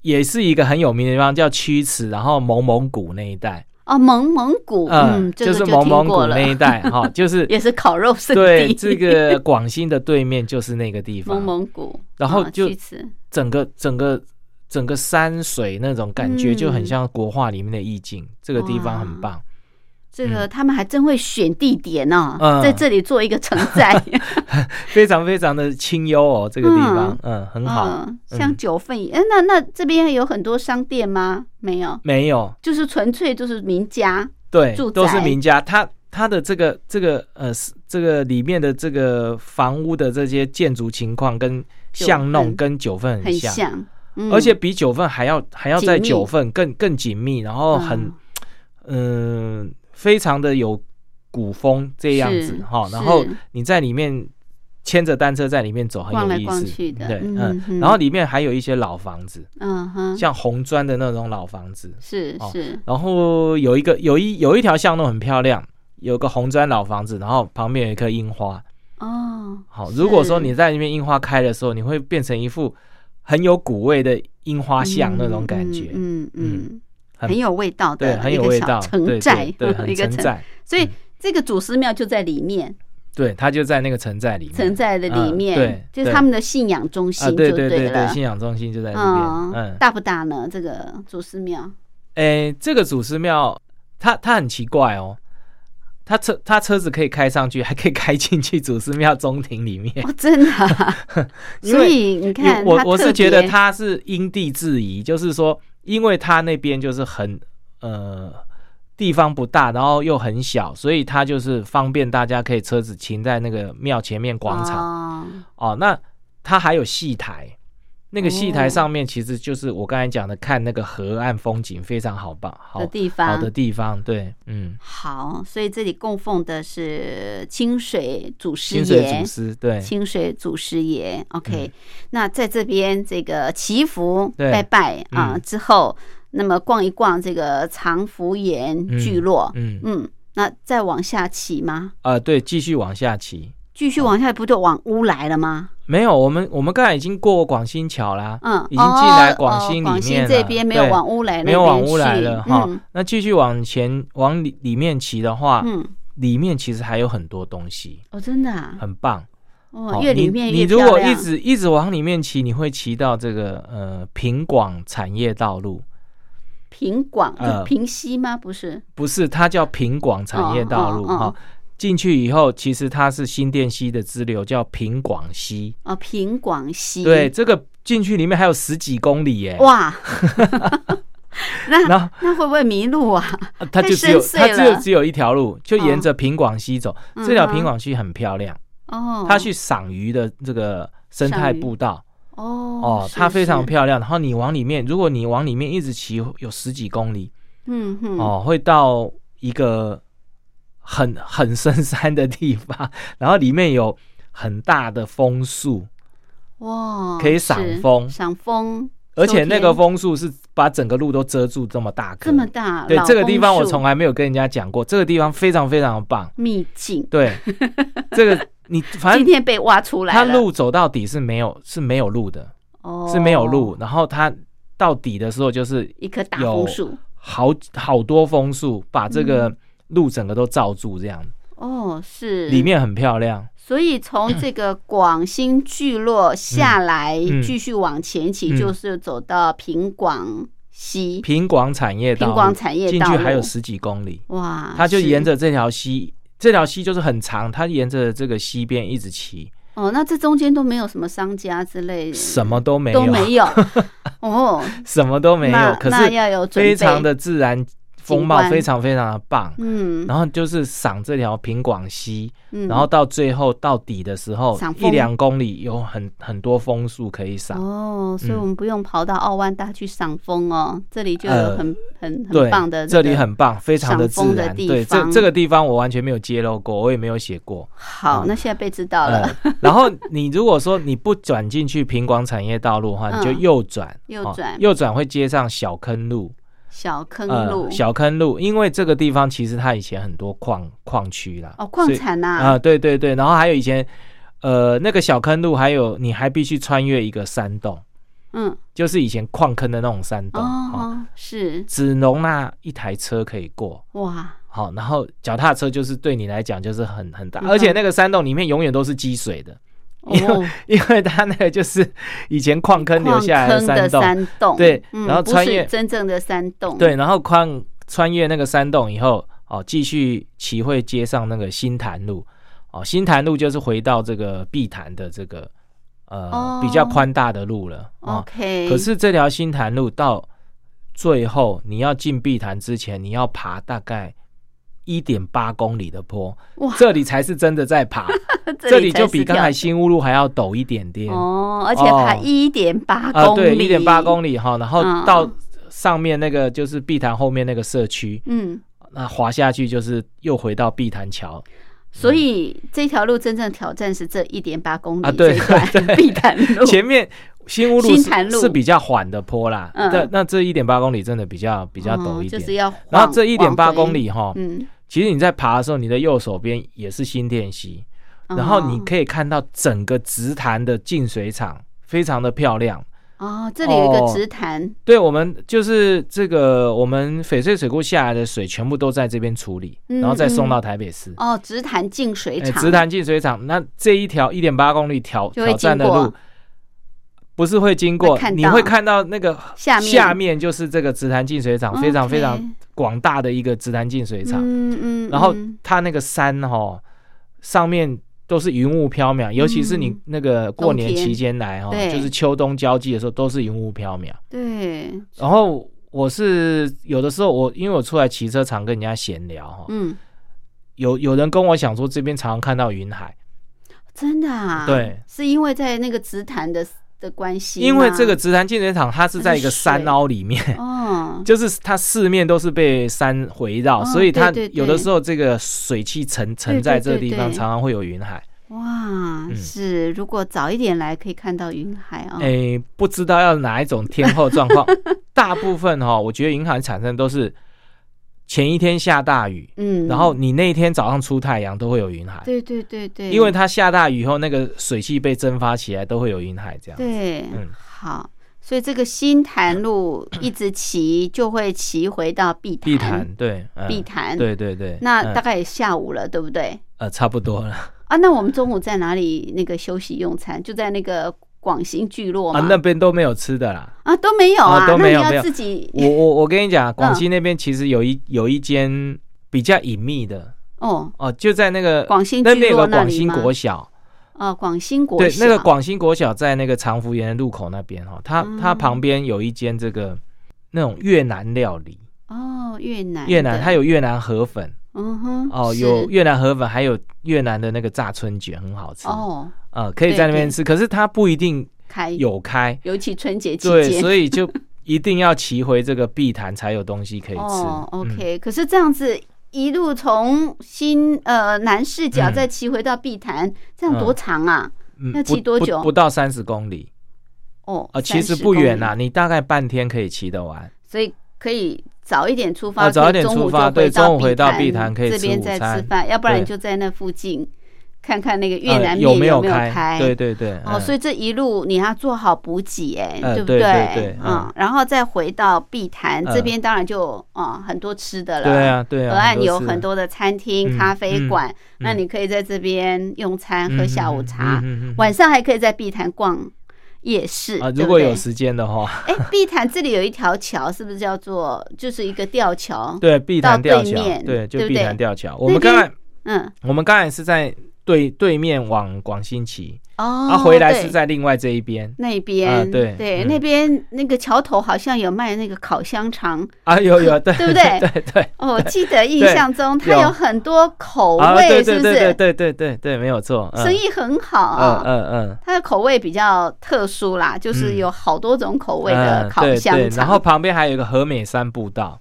[SPEAKER 3] 也是一个很有名的地方，叫曲池，然后蒙蒙古那一带，呃
[SPEAKER 1] 哦，蒙蒙古，嗯，这
[SPEAKER 3] 就
[SPEAKER 1] 个
[SPEAKER 3] 是
[SPEAKER 1] 就
[SPEAKER 3] 蒙蒙
[SPEAKER 1] 听
[SPEAKER 3] 古
[SPEAKER 1] 过了
[SPEAKER 3] 那，一带哈、就是
[SPEAKER 1] 也是烤肉圣地，
[SPEAKER 3] 对这个广西的对面就是那个地方，
[SPEAKER 1] 蒙蒙古，
[SPEAKER 3] 然后
[SPEAKER 1] 啊
[SPEAKER 3] 就
[SPEAKER 1] 曲尺，
[SPEAKER 3] 整个整个整个山水那种感觉
[SPEAKER 1] 嗯
[SPEAKER 3] 就很像国画里面的意境，这个地方很棒，
[SPEAKER 1] 这个他们还真会选地点呢、
[SPEAKER 3] 嗯
[SPEAKER 1] 在这里做一个承载，
[SPEAKER 3] 非常非常的清幽哦，这个地方嗯 很好，
[SPEAKER 1] 嗯，
[SPEAKER 3] 嗯
[SPEAKER 1] 像九份一，哎、那那这边有很多商店吗？没有，
[SPEAKER 3] 没有
[SPEAKER 1] 就是纯粹就是名家，
[SPEAKER 3] 对
[SPEAKER 1] 住，
[SPEAKER 3] 都是
[SPEAKER 1] 宅
[SPEAKER 3] 名家。他他的这个这个呃，是这个里面的这个房屋的这些建筑情况跟
[SPEAKER 1] 九
[SPEAKER 3] 巷弄
[SPEAKER 1] 份
[SPEAKER 3] 跟九份
[SPEAKER 1] 很
[SPEAKER 3] 很像，
[SPEAKER 1] 像，嗯、
[SPEAKER 3] 而且比九份还要还要
[SPEAKER 1] 紧
[SPEAKER 3] 在
[SPEAKER 1] 密
[SPEAKER 3] 九份更更紧密，然后哦很
[SPEAKER 1] 嗯
[SPEAKER 3] 嗯、非常的有古风这样子
[SPEAKER 1] 是
[SPEAKER 3] 哈。然
[SPEAKER 1] 是
[SPEAKER 3] 后你在里面牵着单车在里面走，很
[SPEAKER 1] 逛
[SPEAKER 3] 有
[SPEAKER 1] 来
[SPEAKER 3] 意
[SPEAKER 1] 逛
[SPEAKER 3] 思。
[SPEAKER 1] 去的
[SPEAKER 3] 对，
[SPEAKER 1] 嗯哼
[SPEAKER 3] 嗯，然后里面还有一些老房子，
[SPEAKER 1] 嗯哼，
[SPEAKER 3] 像红砖的那种老房子，
[SPEAKER 1] 是
[SPEAKER 3] 哦
[SPEAKER 1] 是，
[SPEAKER 3] 然后有一个有一有一条巷弄很漂亮，有个红砖老房子，然后旁边有一棵樱花。
[SPEAKER 1] 哦，
[SPEAKER 3] 好，如果说
[SPEAKER 1] 是
[SPEAKER 3] 你在那边樱花开的时候，你会变成一副很有古味的樱花巷那种感觉，
[SPEAKER 1] 嗯嗯
[SPEAKER 3] 嗯
[SPEAKER 1] 嗯，
[SPEAKER 3] 很
[SPEAKER 1] 很有味道
[SPEAKER 3] 对，
[SPEAKER 1] 的，
[SPEAKER 3] 很
[SPEAKER 1] 一
[SPEAKER 3] 有
[SPEAKER 1] 个
[SPEAKER 3] 味
[SPEAKER 1] 小
[SPEAKER 3] 道，
[SPEAKER 1] 城
[SPEAKER 3] 对
[SPEAKER 1] 寨
[SPEAKER 3] 对，对，很
[SPEAKER 1] 一个
[SPEAKER 3] 城
[SPEAKER 1] 城，
[SPEAKER 3] 寨，
[SPEAKER 1] 所以
[SPEAKER 3] 嗯
[SPEAKER 1] 这个祖师庙就在里面，
[SPEAKER 3] 对，它就在那个城寨里面，
[SPEAKER 1] 城寨的里面，
[SPEAKER 3] 嗯对
[SPEAKER 1] 就是
[SPEAKER 3] 对
[SPEAKER 1] 他们的信仰中心
[SPEAKER 3] 啊，
[SPEAKER 1] 就
[SPEAKER 3] 对
[SPEAKER 1] 了。
[SPEAKER 3] 对对，信仰中心就在那
[SPEAKER 1] 嗯，
[SPEAKER 3] 边，嗯，
[SPEAKER 1] 大不大呢？这个祖师庙，
[SPEAKER 3] 诶，这个祖师庙，它它很奇怪哦。它车它车子可以开上去，还可以开进去祖师庙中庭里面。
[SPEAKER 1] 哦， 真的啊、
[SPEAKER 3] 因
[SPEAKER 1] 所
[SPEAKER 3] 为
[SPEAKER 1] 以你
[SPEAKER 3] 因为
[SPEAKER 1] 看，
[SPEAKER 3] 我
[SPEAKER 1] 它
[SPEAKER 3] 我
[SPEAKER 1] 特
[SPEAKER 3] 是觉得
[SPEAKER 1] 别
[SPEAKER 3] 他是因地制宜，就是说，因为他那边就是很呃地方不大，然后又很小，所以他就是方便大家可以车子停在那个庙前面广场
[SPEAKER 1] 场，
[SPEAKER 3] 哦那他还有戏台，那个戏
[SPEAKER 1] 哦
[SPEAKER 3] 台上面其实就是我刚才讲的，看那个河岸风景非常好棒，好
[SPEAKER 1] 的地方
[SPEAKER 3] 好的地方，对，嗯，
[SPEAKER 1] 好，所以这里供奉的是清水祖师
[SPEAKER 3] 清水
[SPEAKER 1] 爷
[SPEAKER 3] 祖。师，对，嗯
[SPEAKER 1] 清水祖师爷，OK，、那在这边这个祈福
[SPEAKER 3] 对
[SPEAKER 1] 拜拜啊、
[SPEAKER 3] 嗯
[SPEAKER 1] 之后，那么逛一逛这个长福园
[SPEAKER 3] 嗯
[SPEAKER 1] 聚落，
[SPEAKER 3] 嗯，
[SPEAKER 1] 嗯那再往下骑吗？
[SPEAKER 3] 啊，对，继续往下骑。
[SPEAKER 1] 继续往下不就往乌来了吗？
[SPEAKER 3] 没有，我们我们刚才已经过广新桥啦，
[SPEAKER 1] 嗯，
[SPEAKER 3] 已经进来
[SPEAKER 1] 哦
[SPEAKER 3] 广
[SPEAKER 1] 哦
[SPEAKER 3] 西里
[SPEAKER 1] 广西
[SPEAKER 3] 面了
[SPEAKER 1] 这边没有
[SPEAKER 3] 对
[SPEAKER 1] 往乌来那
[SPEAKER 3] 没有往
[SPEAKER 1] 边
[SPEAKER 3] 乌来
[SPEAKER 1] 去
[SPEAKER 3] 了哈、
[SPEAKER 1] 嗯
[SPEAKER 3] 那继续往前往里里面骑的话、
[SPEAKER 1] 嗯，
[SPEAKER 3] 里面其实还有很多东西，
[SPEAKER 1] 哦，真的啊，
[SPEAKER 3] 很棒。
[SPEAKER 1] 哦，
[SPEAKER 3] 好
[SPEAKER 1] 越里
[SPEAKER 3] 你
[SPEAKER 1] 面
[SPEAKER 3] 你
[SPEAKER 1] 越
[SPEAKER 3] 如
[SPEAKER 1] 漂
[SPEAKER 3] 果
[SPEAKER 1] 亮
[SPEAKER 3] 一直一直往里面骑，你会骑到这个呃平广产业道路，
[SPEAKER 1] 平广就
[SPEAKER 3] 呃
[SPEAKER 1] 平西吗？不是，
[SPEAKER 3] 不是它叫平广产业道路
[SPEAKER 1] 哦哦
[SPEAKER 3] 哈、
[SPEAKER 1] 哦
[SPEAKER 3] 进去以后，其实它是新店溪的支流，叫平广溪。
[SPEAKER 1] 哦，平广西，
[SPEAKER 3] 对，，这个进去里面还有十几公里耶。
[SPEAKER 1] 哇，那
[SPEAKER 3] 然后
[SPEAKER 1] 那会不会迷路啊？
[SPEAKER 3] 啊它
[SPEAKER 1] 太
[SPEAKER 3] 就只有
[SPEAKER 1] 深邃
[SPEAKER 3] 它只有
[SPEAKER 1] 了哦
[SPEAKER 3] 只有一条路，就沿着平广溪走。
[SPEAKER 1] 嗯
[SPEAKER 3] 这条
[SPEAKER 1] 哼
[SPEAKER 3] 平广溪很漂亮，
[SPEAKER 1] 哦，
[SPEAKER 3] 它去赏鱼的这个生态步道
[SPEAKER 1] 哦
[SPEAKER 3] 哦，它非常
[SPEAKER 1] 亮，
[SPEAKER 3] 漂亮。然后你往里面，如果你往里面一直骑，有十几公里
[SPEAKER 1] 嗯哼，
[SPEAKER 3] 哦，会到一个很 很深山的地方， 然后里面有很大的枫树，
[SPEAKER 1] 哇，
[SPEAKER 3] 可以赏
[SPEAKER 1] 是
[SPEAKER 3] 枫
[SPEAKER 1] 赏枫，
[SPEAKER 3] 而且那个
[SPEAKER 1] 秋天
[SPEAKER 3] 枫树是把整个路都遮住这么大棵
[SPEAKER 1] 这么。大，
[SPEAKER 3] 对
[SPEAKER 1] 老
[SPEAKER 3] 这个地
[SPEAKER 1] 枫
[SPEAKER 3] 方我
[SPEAKER 1] 树
[SPEAKER 3] 从来没有跟人家讲过，这个地方非常非常棒。
[SPEAKER 1] 秘境，
[SPEAKER 3] 对，这个你反
[SPEAKER 1] 今
[SPEAKER 3] 正
[SPEAKER 1] 天被挖出来
[SPEAKER 3] 它
[SPEAKER 1] 了，
[SPEAKER 3] 路走到底是没有是没有路的，
[SPEAKER 1] 哦
[SPEAKER 3] 是没有路，，然后它到底的时候就是
[SPEAKER 1] 一棵大
[SPEAKER 3] 有
[SPEAKER 1] 枫树，
[SPEAKER 3] 好好多枫树把这个路整个都罩住，这样
[SPEAKER 1] 哦，嗯是
[SPEAKER 3] 里，面很漂亮。
[SPEAKER 1] 所以从这个广兴聚落下来，
[SPEAKER 3] 嗯嗯
[SPEAKER 1] 继续往前骑，
[SPEAKER 3] 嗯
[SPEAKER 1] 就是走到平广西，
[SPEAKER 3] 平广产业道路，
[SPEAKER 1] 平广产业
[SPEAKER 3] 进
[SPEAKER 1] 道
[SPEAKER 3] 去
[SPEAKER 1] 路啊
[SPEAKER 3] 还有十几公里，
[SPEAKER 1] 哇，
[SPEAKER 3] 它就是沿着这条溪，这条溪就是很长，它沿着这个溪边一直骑，
[SPEAKER 1] 哦，那这中间都没有什么商家之类的，
[SPEAKER 3] 什么都没有，
[SPEAKER 1] 都没有哦，
[SPEAKER 3] 什么都没
[SPEAKER 1] 那
[SPEAKER 3] 有，可
[SPEAKER 1] 那
[SPEAKER 3] 是
[SPEAKER 1] 要有准备
[SPEAKER 3] 非常的自然风
[SPEAKER 1] 景
[SPEAKER 3] 貌，
[SPEAKER 1] 观
[SPEAKER 3] 非常非常的棒。
[SPEAKER 1] 嗯，
[SPEAKER 3] 然后就是赏这条平广溪，
[SPEAKER 1] 嗯
[SPEAKER 3] 然后到最后到底的时候
[SPEAKER 1] 赏，风
[SPEAKER 3] 一两公里有很很多枫树可以赏。
[SPEAKER 1] 哦，所以
[SPEAKER 3] 嗯
[SPEAKER 1] 我们不用跑到奥万大去赏枫哦，这里就有很
[SPEAKER 3] 呃
[SPEAKER 1] 很很
[SPEAKER 3] 对
[SPEAKER 1] 棒的，，
[SPEAKER 3] 这里很棒，非常的
[SPEAKER 1] 赏枫
[SPEAKER 3] 自
[SPEAKER 1] 的
[SPEAKER 3] 然。
[SPEAKER 1] 地
[SPEAKER 3] 对，这
[SPEAKER 1] 方
[SPEAKER 3] 这个地方我完全没有揭露过，我也没有写过。
[SPEAKER 1] 好，那现在被知道了，
[SPEAKER 3] 嗯呃。然后你如果说你不转进去平广产业道路的话，
[SPEAKER 1] 嗯
[SPEAKER 3] 你就右转，
[SPEAKER 1] 右
[SPEAKER 3] 哦
[SPEAKER 1] 转
[SPEAKER 3] 右转会接上小坑路，
[SPEAKER 1] 小坑
[SPEAKER 3] 呃
[SPEAKER 1] 路，
[SPEAKER 3] 小坑路，因为这个地方其实它以前很多矿矿区啦，
[SPEAKER 1] 哦，矿
[SPEAKER 3] 所以
[SPEAKER 1] 产
[SPEAKER 3] 啊、
[SPEAKER 1] 呐，
[SPEAKER 3] 对对对，然后还有以前，呃，那个小坑路，还有你还必须穿越一个山洞，
[SPEAKER 1] 嗯，
[SPEAKER 3] 就是以前矿坑的那种山洞，哦
[SPEAKER 1] 哦，是
[SPEAKER 3] 只容纳一台车可以过。
[SPEAKER 1] 哇，
[SPEAKER 3] 好、然后脚踏车就是对你来讲就是很很大，
[SPEAKER 1] 很
[SPEAKER 3] 而且
[SPEAKER 1] 棒
[SPEAKER 3] 那个山洞里面永远都是积水的，因为
[SPEAKER 1] 哦，
[SPEAKER 3] 因为它那个就是以前矿坑留
[SPEAKER 1] 矿
[SPEAKER 3] 下来
[SPEAKER 1] 坑的
[SPEAKER 3] 山洞，
[SPEAKER 1] 山洞，
[SPEAKER 3] 对
[SPEAKER 1] 嗯
[SPEAKER 3] 然后
[SPEAKER 1] 不
[SPEAKER 3] 穿
[SPEAKER 1] 是
[SPEAKER 3] 越
[SPEAKER 1] 真正的山洞，
[SPEAKER 3] 对，，然后矿穿越那个山洞以后，哦，继续骑会接上那个新潭路，哦，新潭路就是回到这个碧潭的这个呃、
[SPEAKER 1] 哦
[SPEAKER 3] 比较宽大的路了哦
[SPEAKER 1] OK，
[SPEAKER 3] 可是这条新潭路到最后你要进碧潭之前，你要爬大概一点八公里的坡
[SPEAKER 1] 哇，
[SPEAKER 3] 这里才是真的 在爬，这里就比刚才新乌路还要陡一点点。
[SPEAKER 1] 哦，而且爬
[SPEAKER 3] 哦
[SPEAKER 1] 一点八
[SPEAKER 3] 啊，
[SPEAKER 1] 公
[SPEAKER 3] 对，
[SPEAKER 1] 里，
[SPEAKER 3] 一点八公里哈，然后
[SPEAKER 1] 嗯
[SPEAKER 3] 到上面那个就是碧潭后面那个社区，
[SPEAKER 1] 嗯，
[SPEAKER 3] 那滑下去就是又回到碧潭桥
[SPEAKER 1] 所以这条路真正挑战是这一点八公里
[SPEAKER 3] 嗯啊对
[SPEAKER 1] 这一段
[SPEAKER 3] 对
[SPEAKER 1] 碧潭路，
[SPEAKER 3] 前面。新屋路
[SPEAKER 1] 哦新
[SPEAKER 3] 是
[SPEAKER 1] 潭路
[SPEAKER 3] 是比较缓的坡啦，
[SPEAKER 1] 嗯
[SPEAKER 3] 那那这一点八公里真的比较比较陡一
[SPEAKER 1] 哦就
[SPEAKER 3] 点。
[SPEAKER 1] 是要
[SPEAKER 3] 然后
[SPEAKER 1] 晃
[SPEAKER 3] 这一点八
[SPEAKER 1] 往回
[SPEAKER 3] 公里哦哈，
[SPEAKER 1] 嗯，
[SPEAKER 3] 其实你在爬的时候，你的右手边也是新店溪，
[SPEAKER 1] 哦
[SPEAKER 3] 然后你可以看到整个直潭的净水厂，非常的漂亮。
[SPEAKER 1] 哦，这里有一个
[SPEAKER 3] 哦
[SPEAKER 1] 直潭，
[SPEAKER 3] 对，我们就是这个，我们翡翠水库下来的水全部都在这边处理，
[SPEAKER 1] 嗯
[SPEAKER 3] 然后再送到台北市。
[SPEAKER 1] 哦，直潭净水
[SPEAKER 3] 哎
[SPEAKER 1] 厂，
[SPEAKER 3] 直潭净水厂，那这一条一点八公里挑
[SPEAKER 1] 就会
[SPEAKER 3] 挑战的
[SPEAKER 1] 经过
[SPEAKER 3] 路，不是会经
[SPEAKER 1] 会
[SPEAKER 3] 过
[SPEAKER 1] 看，到
[SPEAKER 3] 你会看到那个
[SPEAKER 1] 下面哦
[SPEAKER 3] 就是这个直潭净水厂，非常
[SPEAKER 1] OK
[SPEAKER 3] 非常广大的一个直潭净水厂。
[SPEAKER 1] 嗯嗯，
[SPEAKER 3] 然后
[SPEAKER 1] 嗯
[SPEAKER 3] 它那个山哈、哦，上面都是云雾飘渺，尤其是你
[SPEAKER 1] 嗯
[SPEAKER 3] 那个过年
[SPEAKER 1] 冬天
[SPEAKER 3] 期间来哈、
[SPEAKER 1] 对
[SPEAKER 3] 哦，就是秋冬交际的时候，都是云雾飘渺。
[SPEAKER 1] 对，
[SPEAKER 3] 然后我是有的时候我因为我出来骑车常跟人家闲聊哈、
[SPEAKER 1] 嗯，
[SPEAKER 3] 有有人跟我讲说这边常常看到云海，
[SPEAKER 1] 真的啊，
[SPEAKER 3] 对，
[SPEAKER 1] 是因为在那个直潭的的关系吗，
[SPEAKER 3] 因为这个直潭竞水场它是在一
[SPEAKER 1] 它
[SPEAKER 3] 个
[SPEAKER 1] 是水
[SPEAKER 3] 山凹里面，
[SPEAKER 1] 啊 哦，
[SPEAKER 3] 就是它四面都是被山围绕，
[SPEAKER 1] 哦
[SPEAKER 3] 所以它
[SPEAKER 1] 对对对
[SPEAKER 3] 有的时候这个水汽沉
[SPEAKER 1] 对
[SPEAKER 3] 沉在这个
[SPEAKER 1] 对
[SPEAKER 3] 地
[SPEAKER 1] 对
[SPEAKER 3] 方，
[SPEAKER 1] 对
[SPEAKER 3] 常常会有云海。
[SPEAKER 1] 哇，
[SPEAKER 3] 嗯哎
[SPEAKER 1] 是如果早一点来可以看到云海啊，
[SPEAKER 3] 诶，不知道要哪一种天候 状况，大部分哈、我觉得云海产生都是前一天下大雨，
[SPEAKER 1] 嗯，
[SPEAKER 3] 然后你那一天早上出太阳都会有云海。
[SPEAKER 1] 对对对对，
[SPEAKER 3] 因为它下大雨后，那个水汽被蒸发起来，都会有云海这样。
[SPEAKER 1] 对，
[SPEAKER 3] 嗯
[SPEAKER 1] 好，所以这个新潭路一直骑就会骑回到碧潭，
[SPEAKER 3] 碧潭，对，嗯
[SPEAKER 1] 碧潭
[SPEAKER 3] 对对对。
[SPEAKER 1] 那
[SPEAKER 3] 嗯
[SPEAKER 1] 大概也下午了，对不对？
[SPEAKER 3] 呃差不多了
[SPEAKER 1] 啊，那我们中午在哪里那个休息用餐？就在那个广兴聚落嘛，
[SPEAKER 3] 啊，那边都没有吃的啦。
[SPEAKER 1] 啊都没有啊，
[SPEAKER 3] 啊都没有
[SPEAKER 1] 那你
[SPEAKER 3] 没
[SPEAKER 1] 要
[SPEAKER 3] 有
[SPEAKER 1] 自己
[SPEAKER 3] 我我我跟你
[SPEAKER 1] 嗯
[SPEAKER 3] 讲，啊广西那边其实有一有一间比较隐秘的
[SPEAKER 1] 哦
[SPEAKER 3] 哦，就在那个
[SPEAKER 1] 广兴
[SPEAKER 3] 那
[SPEAKER 1] 聚
[SPEAKER 3] 边有
[SPEAKER 1] 落
[SPEAKER 3] 个
[SPEAKER 1] 那
[SPEAKER 3] 广
[SPEAKER 1] 里
[SPEAKER 3] 兴
[SPEAKER 1] 吗？
[SPEAKER 3] 国小，
[SPEAKER 1] 哦，广兴国
[SPEAKER 3] 对，
[SPEAKER 1] 小
[SPEAKER 3] 那个广兴国小在那个长福园的路口那边哈，它
[SPEAKER 1] 嗯
[SPEAKER 3] 它旁边有一间这个那种越南料理，
[SPEAKER 1] 哦越南
[SPEAKER 3] 越南它
[SPEAKER 1] 有
[SPEAKER 3] 有越南河粉
[SPEAKER 1] 嗯哼
[SPEAKER 3] 哦，
[SPEAKER 1] 是
[SPEAKER 3] 有越南河粉，还有越南的那个炸春卷，很好吃
[SPEAKER 1] 哦
[SPEAKER 3] 呃，可以在
[SPEAKER 1] 对
[SPEAKER 3] 那
[SPEAKER 1] 对
[SPEAKER 3] 边吃，可是它不一定
[SPEAKER 1] 开，
[SPEAKER 3] 有开，
[SPEAKER 1] 尤其春节期
[SPEAKER 3] 对，
[SPEAKER 1] 间。
[SPEAKER 3] 所以就一定要骑回这个碧潭才有东西可以吃。
[SPEAKER 1] 哦
[SPEAKER 3] 嗯
[SPEAKER 1] ，OK，、可是这样子一路从新呃南视角
[SPEAKER 3] 嗯
[SPEAKER 1] 再骑回到碧潭，这样
[SPEAKER 3] 嗯
[SPEAKER 1] 多长啊？
[SPEAKER 3] 嗯
[SPEAKER 1] 要
[SPEAKER 3] 不
[SPEAKER 1] 骑多久
[SPEAKER 3] 不不到三十公里
[SPEAKER 1] 哦，
[SPEAKER 3] 啊，其实
[SPEAKER 1] 30
[SPEAKER 3] 不远
[SPEAKER 1] 公
[SPEAKER 3] 啦，
[SPEAKER 1] 里，
[SPEAKER 3] 你大概半天可以骑得完。
[SPEAKER 1] 所以可以。早一点出发，
[SPEAKER 3] 啊早一点
[SPEAKER 1] 可以中午
[SPEAKER 3] 出发
[SPEAKER 1] 就回
[SPEAKER 3] 对中午回到
[SPEAKER 1] 碧
[SPEAKER 3] 碧潭可以
[SPEAKER 1] 这
[SPEAKER 3] 吃
[SPEAKER 1] 边
[SPEAKER 3] 午
[SPEAKER 1] 再吃
[SPEAKER 3] 餐
[SPEAKER 1] 饭，要不然
[SPEAKER 3] 对
[SPEAKER 1] 你就在那附近看看那个越南
[SPEAKER 3] 呃
[SPEAKER 1] 面
[SPEAKER 3] 有没
[SPEAKER 1] 有
[SPEAKER 3] 开？
[SPEAKER 1] 开。
[SPEAKER 3] 对对对，
[SPEAKER 1] 哦，
[SPEAKER 3] 嗯
[SPEAKER 1] 所以这一路你要做好补给，哎，
[SPEAKER 3] 呃
[SPEAKER 1] 对不
[SPEAKER 3] 对对对
[SPEAKER 1] 嗯
[SPEAKER 3] 嗯，
[SPEAKER 1] 然后再回到碧潭
[SPEAKER 3] 嗯
[SPEAKER 1] 这边，当然就啊很多吃的了。
[SPEAKER 3] 对啊对啊，
[SPEAKER 1] 河岸有
[SPEAKER 3] 次
[SPEAKER 1] 很多的餐厅、
[SPEAKER 3] 嗯
[SPEAKER 1] 咖啡馆，
[SPEAKER 3] 嗯
[SPEAKER 1] 那你可以在这边用餐、
[SPEAKER 3] 嗯
[SPEAKER 1] 喝下午茶，
[SPEAKER 3] 嗯嗯嗯嗯
[SPEAKER 1] 晚上还可以在碧潭逛夜市
[SPEAKER 3] 啊，
[SPEAKER 1] 对
[SPEAKER 3] 如
[SPEAKER 1] 不
[SPEAKER 3] 果
[SPEAKER 1] 对
[SPEAKER 3] 有时间的 话，
[SPEAKER 1] 哎，碧潭这里有一条桥，是不是叫做就是一个吊桥？
[SPEAKER 3] 对碧
[SPEAKER 1] 到
[SPEAKER 3] 潭吊
[SPEAKER 1] 对
[SPEAKER 3] 桥
[SPEAKER 1] 面，
[SPEAKER 3] 对，就
[SPEAKER 1] 对不
[SPEAKER 3] 碧
[SPEAKER 1] 对
[SPEAKER 3] 潭吊桥。我
[SPEAKER 1] 那
[SPEAKER 3] 们刚
[SPEAKER 1] 边
[SPEAKER 3] 才
[SPEAKER 1] 嗯，
[SPEAKER 3] 我们刚才是在对对面往广新旗，
[SPEAKER 1] 哦，
[SPEAKER 3] 啊，回来
[SPEAKER 1] 对
[SPEAKER 3] 是在另外这一边
[SPEAKER 1] 那边，
[SPEAKER 3] 啊对
[SPEAKER 1] 对，
[SPEAKER 3] 嗯
[SPEAKER 1] 那边那个桥头好像有卖那个烤香肠，
[SPEAKER 3] 啊，有有对
[SPEAKER 1] 对不对
[SPEAKER 3] 对对。
[SPEAKER 1] 哦，我记得印
[SPEAKER 3] 对
[SPEAKER 1] 象中它
[SPEAKER 3] 有
[SPEAKER 1] 有很多口
[SPEAKER 3] 啊，
[SPEAKER 1] 味，
[SPEAKER 3] 对
[SPEAKER 1] 是
[SPEAKER 3] 对
[SPEAKER 1] 不
[SPEAKER 3] 对对
[SPEAKER 1] 是？
[SPEAKER 3] 对对对对，没有错，嗯
[SPEAKER 1] 生意很好
[SPEAKER 3] 嗯
[SPEAKER 1] 啊。
[SPEAKER 3] 嗯嗯，
[SPEAKER 1] 它的口味比较特殊啦，就是
[SPEAKER 3] 嗯
[SPEAKER 1] 有好多种口味的
[SPEAKER 3] 嗯
[SPEAKER 1] 烤
[SPEAKER 3] 对
[SPEAKER 1] 香
[SPEAKER 3] 对然后
[SPEAKER 1] 肠
[SPEAKER 3] 旁边还有一个和美山步道，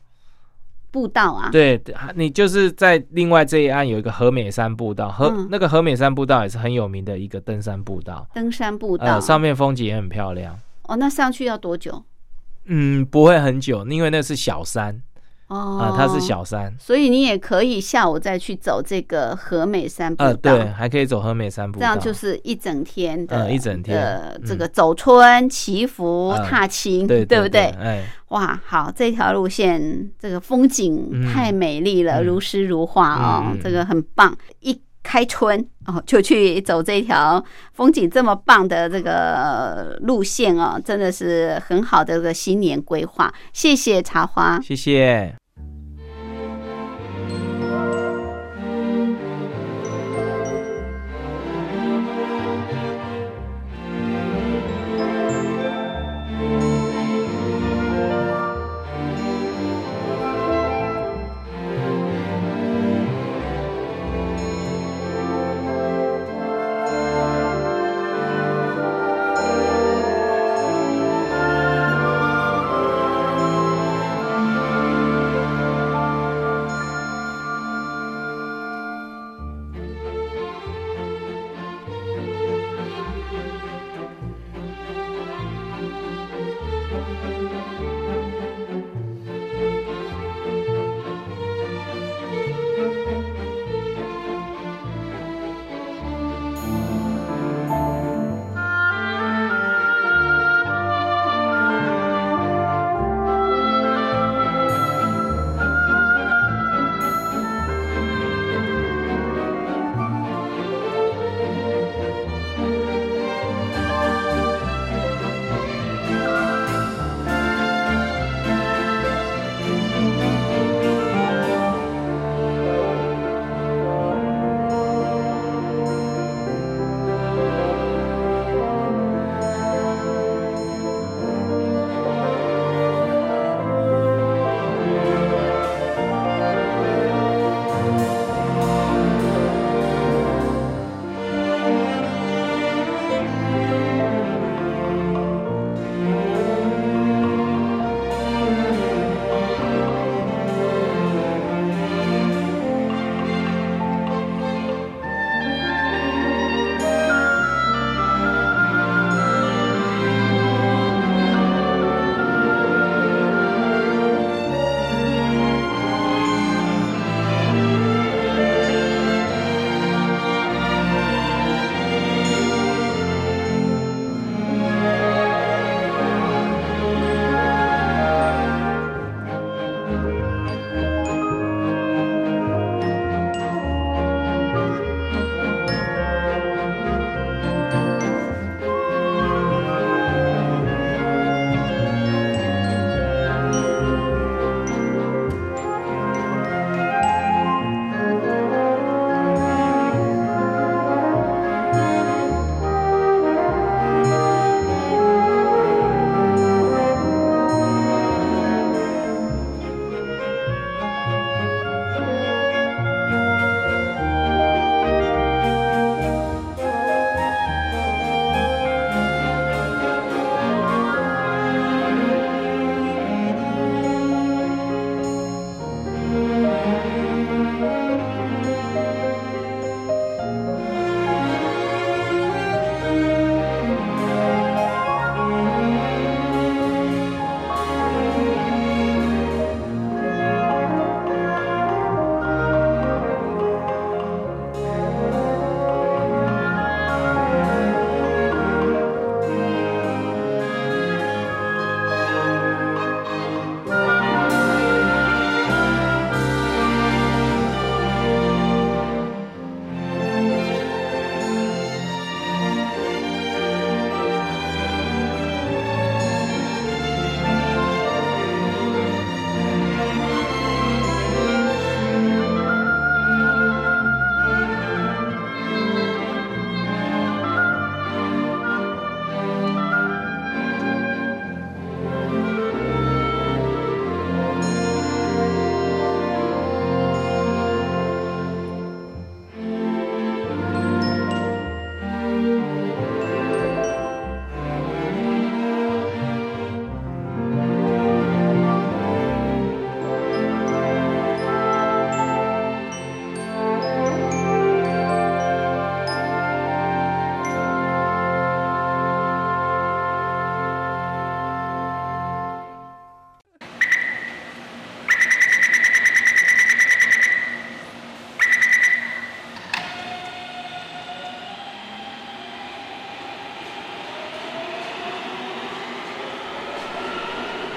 [SPEAKER 1] 步道啊。
[SPEAKER 3] 对，你就是在另外这一岸有一个和美山步道，和
[SPEAKER 1] 嗯
[SPEAKER 3] 那个和美山步道也是很有名的一个登山步道，
[SPEAKER 1] 登山步道
[SPEAKER 3] 呃，上面风景也很漂亮。
[SPEAKER 1] 哦，那上去要多久？
[SPEAKER 3] 嗯，不会很久，因为那是小山
[SPEAKER 1] 哦，
[SPEAKER 3] 啊，它是，小山，
[SPEAKER 1] 所以你也可以下午再去走这个和美山步
[SPEAKER 3] 呃，
[SPEAKER 1] 道，
[SPEAKER 3] 对，还可以走和美山步
[SPEAKER 1] 这
[SPEAKER 3] 道，
[SPEAKER 1] 样就是一整天的，
[SPEAKER 3] 嗯一整天
[SPEAKER 1] 呃，这
[SPEAKER 3] 嗯
[SPEAKER 1] 个走春、祈福、
[SPEAKER 3] 嗯
[SPEAKER 1] 踏青，
[SPEAKER 3] 对
[SPEAKER 1] 不
[SPEAKER 3] 对
[SPEAKER 1] 对？？
[SPEAKER 3] 哎，
[SPEAKER 1] 哇，好，这条路线这个风景
[SPEAKER 3] 嗯
[SPEAKER 1] 太美丽了，
[SPEAKER 3] 嗯
[SPEAKER 1] 如诗如画哦，
[SPEAKER 3] 嗯嗯嗯
[SPEAKER 1] 这个很棒。一开春哦，就去走这条风景这么棒的这个路线哦，真的是很好的这个新年规划。谢谢茶花，
[SPEAKER 3] 谢谢。
[SPEAKER 4] 「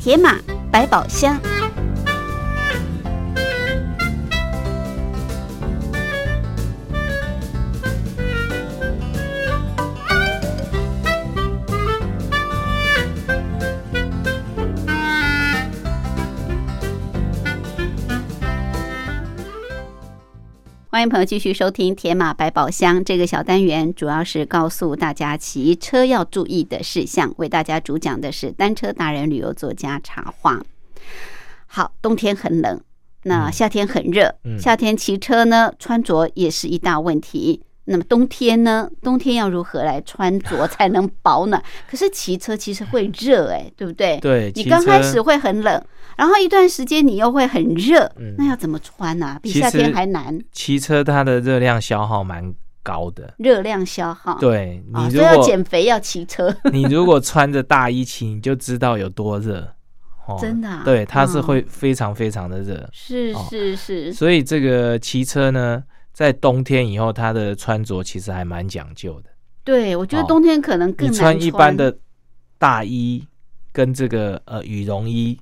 [SPEAKER 1] 铁马百宝箱。欢迎朋友继续收听《铁马百宝箱》这个小单元，主要是告诉大家骑车要注意的事项。为大家主讲的是单车达人、旅游作家茶话。好，冬天很冷，那
[SPEAKER 3] 嗯
[SPEAKER 1] 夏天很热，
[SPEAKER 3] 嗯
[SPEAKER 1] 夏天骑车呢，穿着也是一大问题。那么冬天呢？冬天要如何来穿着才能保 暖？可是骑车其实会热，哎，对不对？
[SPEAKER 3] 对，
[SPEAKER 1] 你
[SPEAKER 3] 骑
[SPEAKER 1] 刚开
[SPEAKER 3] 车
[SPEAKER 1] 始会很冷，然后一段时间你又会很热，
[SPEAKER 3] 嗯
[SPEAKER 1] 那要怎么穿啊？比
[SPEAKER 3] 其
[SPEAKER 1] 夏天
[SPEAKER 3] 实
[SPEAKER 1] 还难。
[SPEAKER 3] 骑车它的热量消耗蛮高的。
[SPEAKER 1] 热量消耗。
[SPEAKER 3] 对你
[SPEAKER 1] 啊，所
[SPEAKER 3] 如
[SPEAKER 1] 以要
[SPEAKER 3] 果、
[SPEAKER 1] 减肥要骑 车，
[SPEAKER 3] 你如果穿着大衣骑，你就知道有多热。哦
[SPEAKER 1] 真的啊
[SPEAKER 3] 对，它是
[SPEAKER 1] 嗯
[SPEAKER 3] 会非常非常的热。
[SPEAKER 1] 是
[SPEAKER 3] 哦
[SPEAKER 1] 是是，
[SPEAKER 3] 所以这个骑车呢，在冬天以后，它的穿着其实还蛮讲究的。
[SPEAKER 1] 对我觉得
[SPEAKER 3] 哦
[SPEAKER 1] 冬天可能更
[SPEAKER 3] 你
[SPEAKER 1] 难
[SPEAKER 3] 穿一般的大衣跟这个呃羽绒衣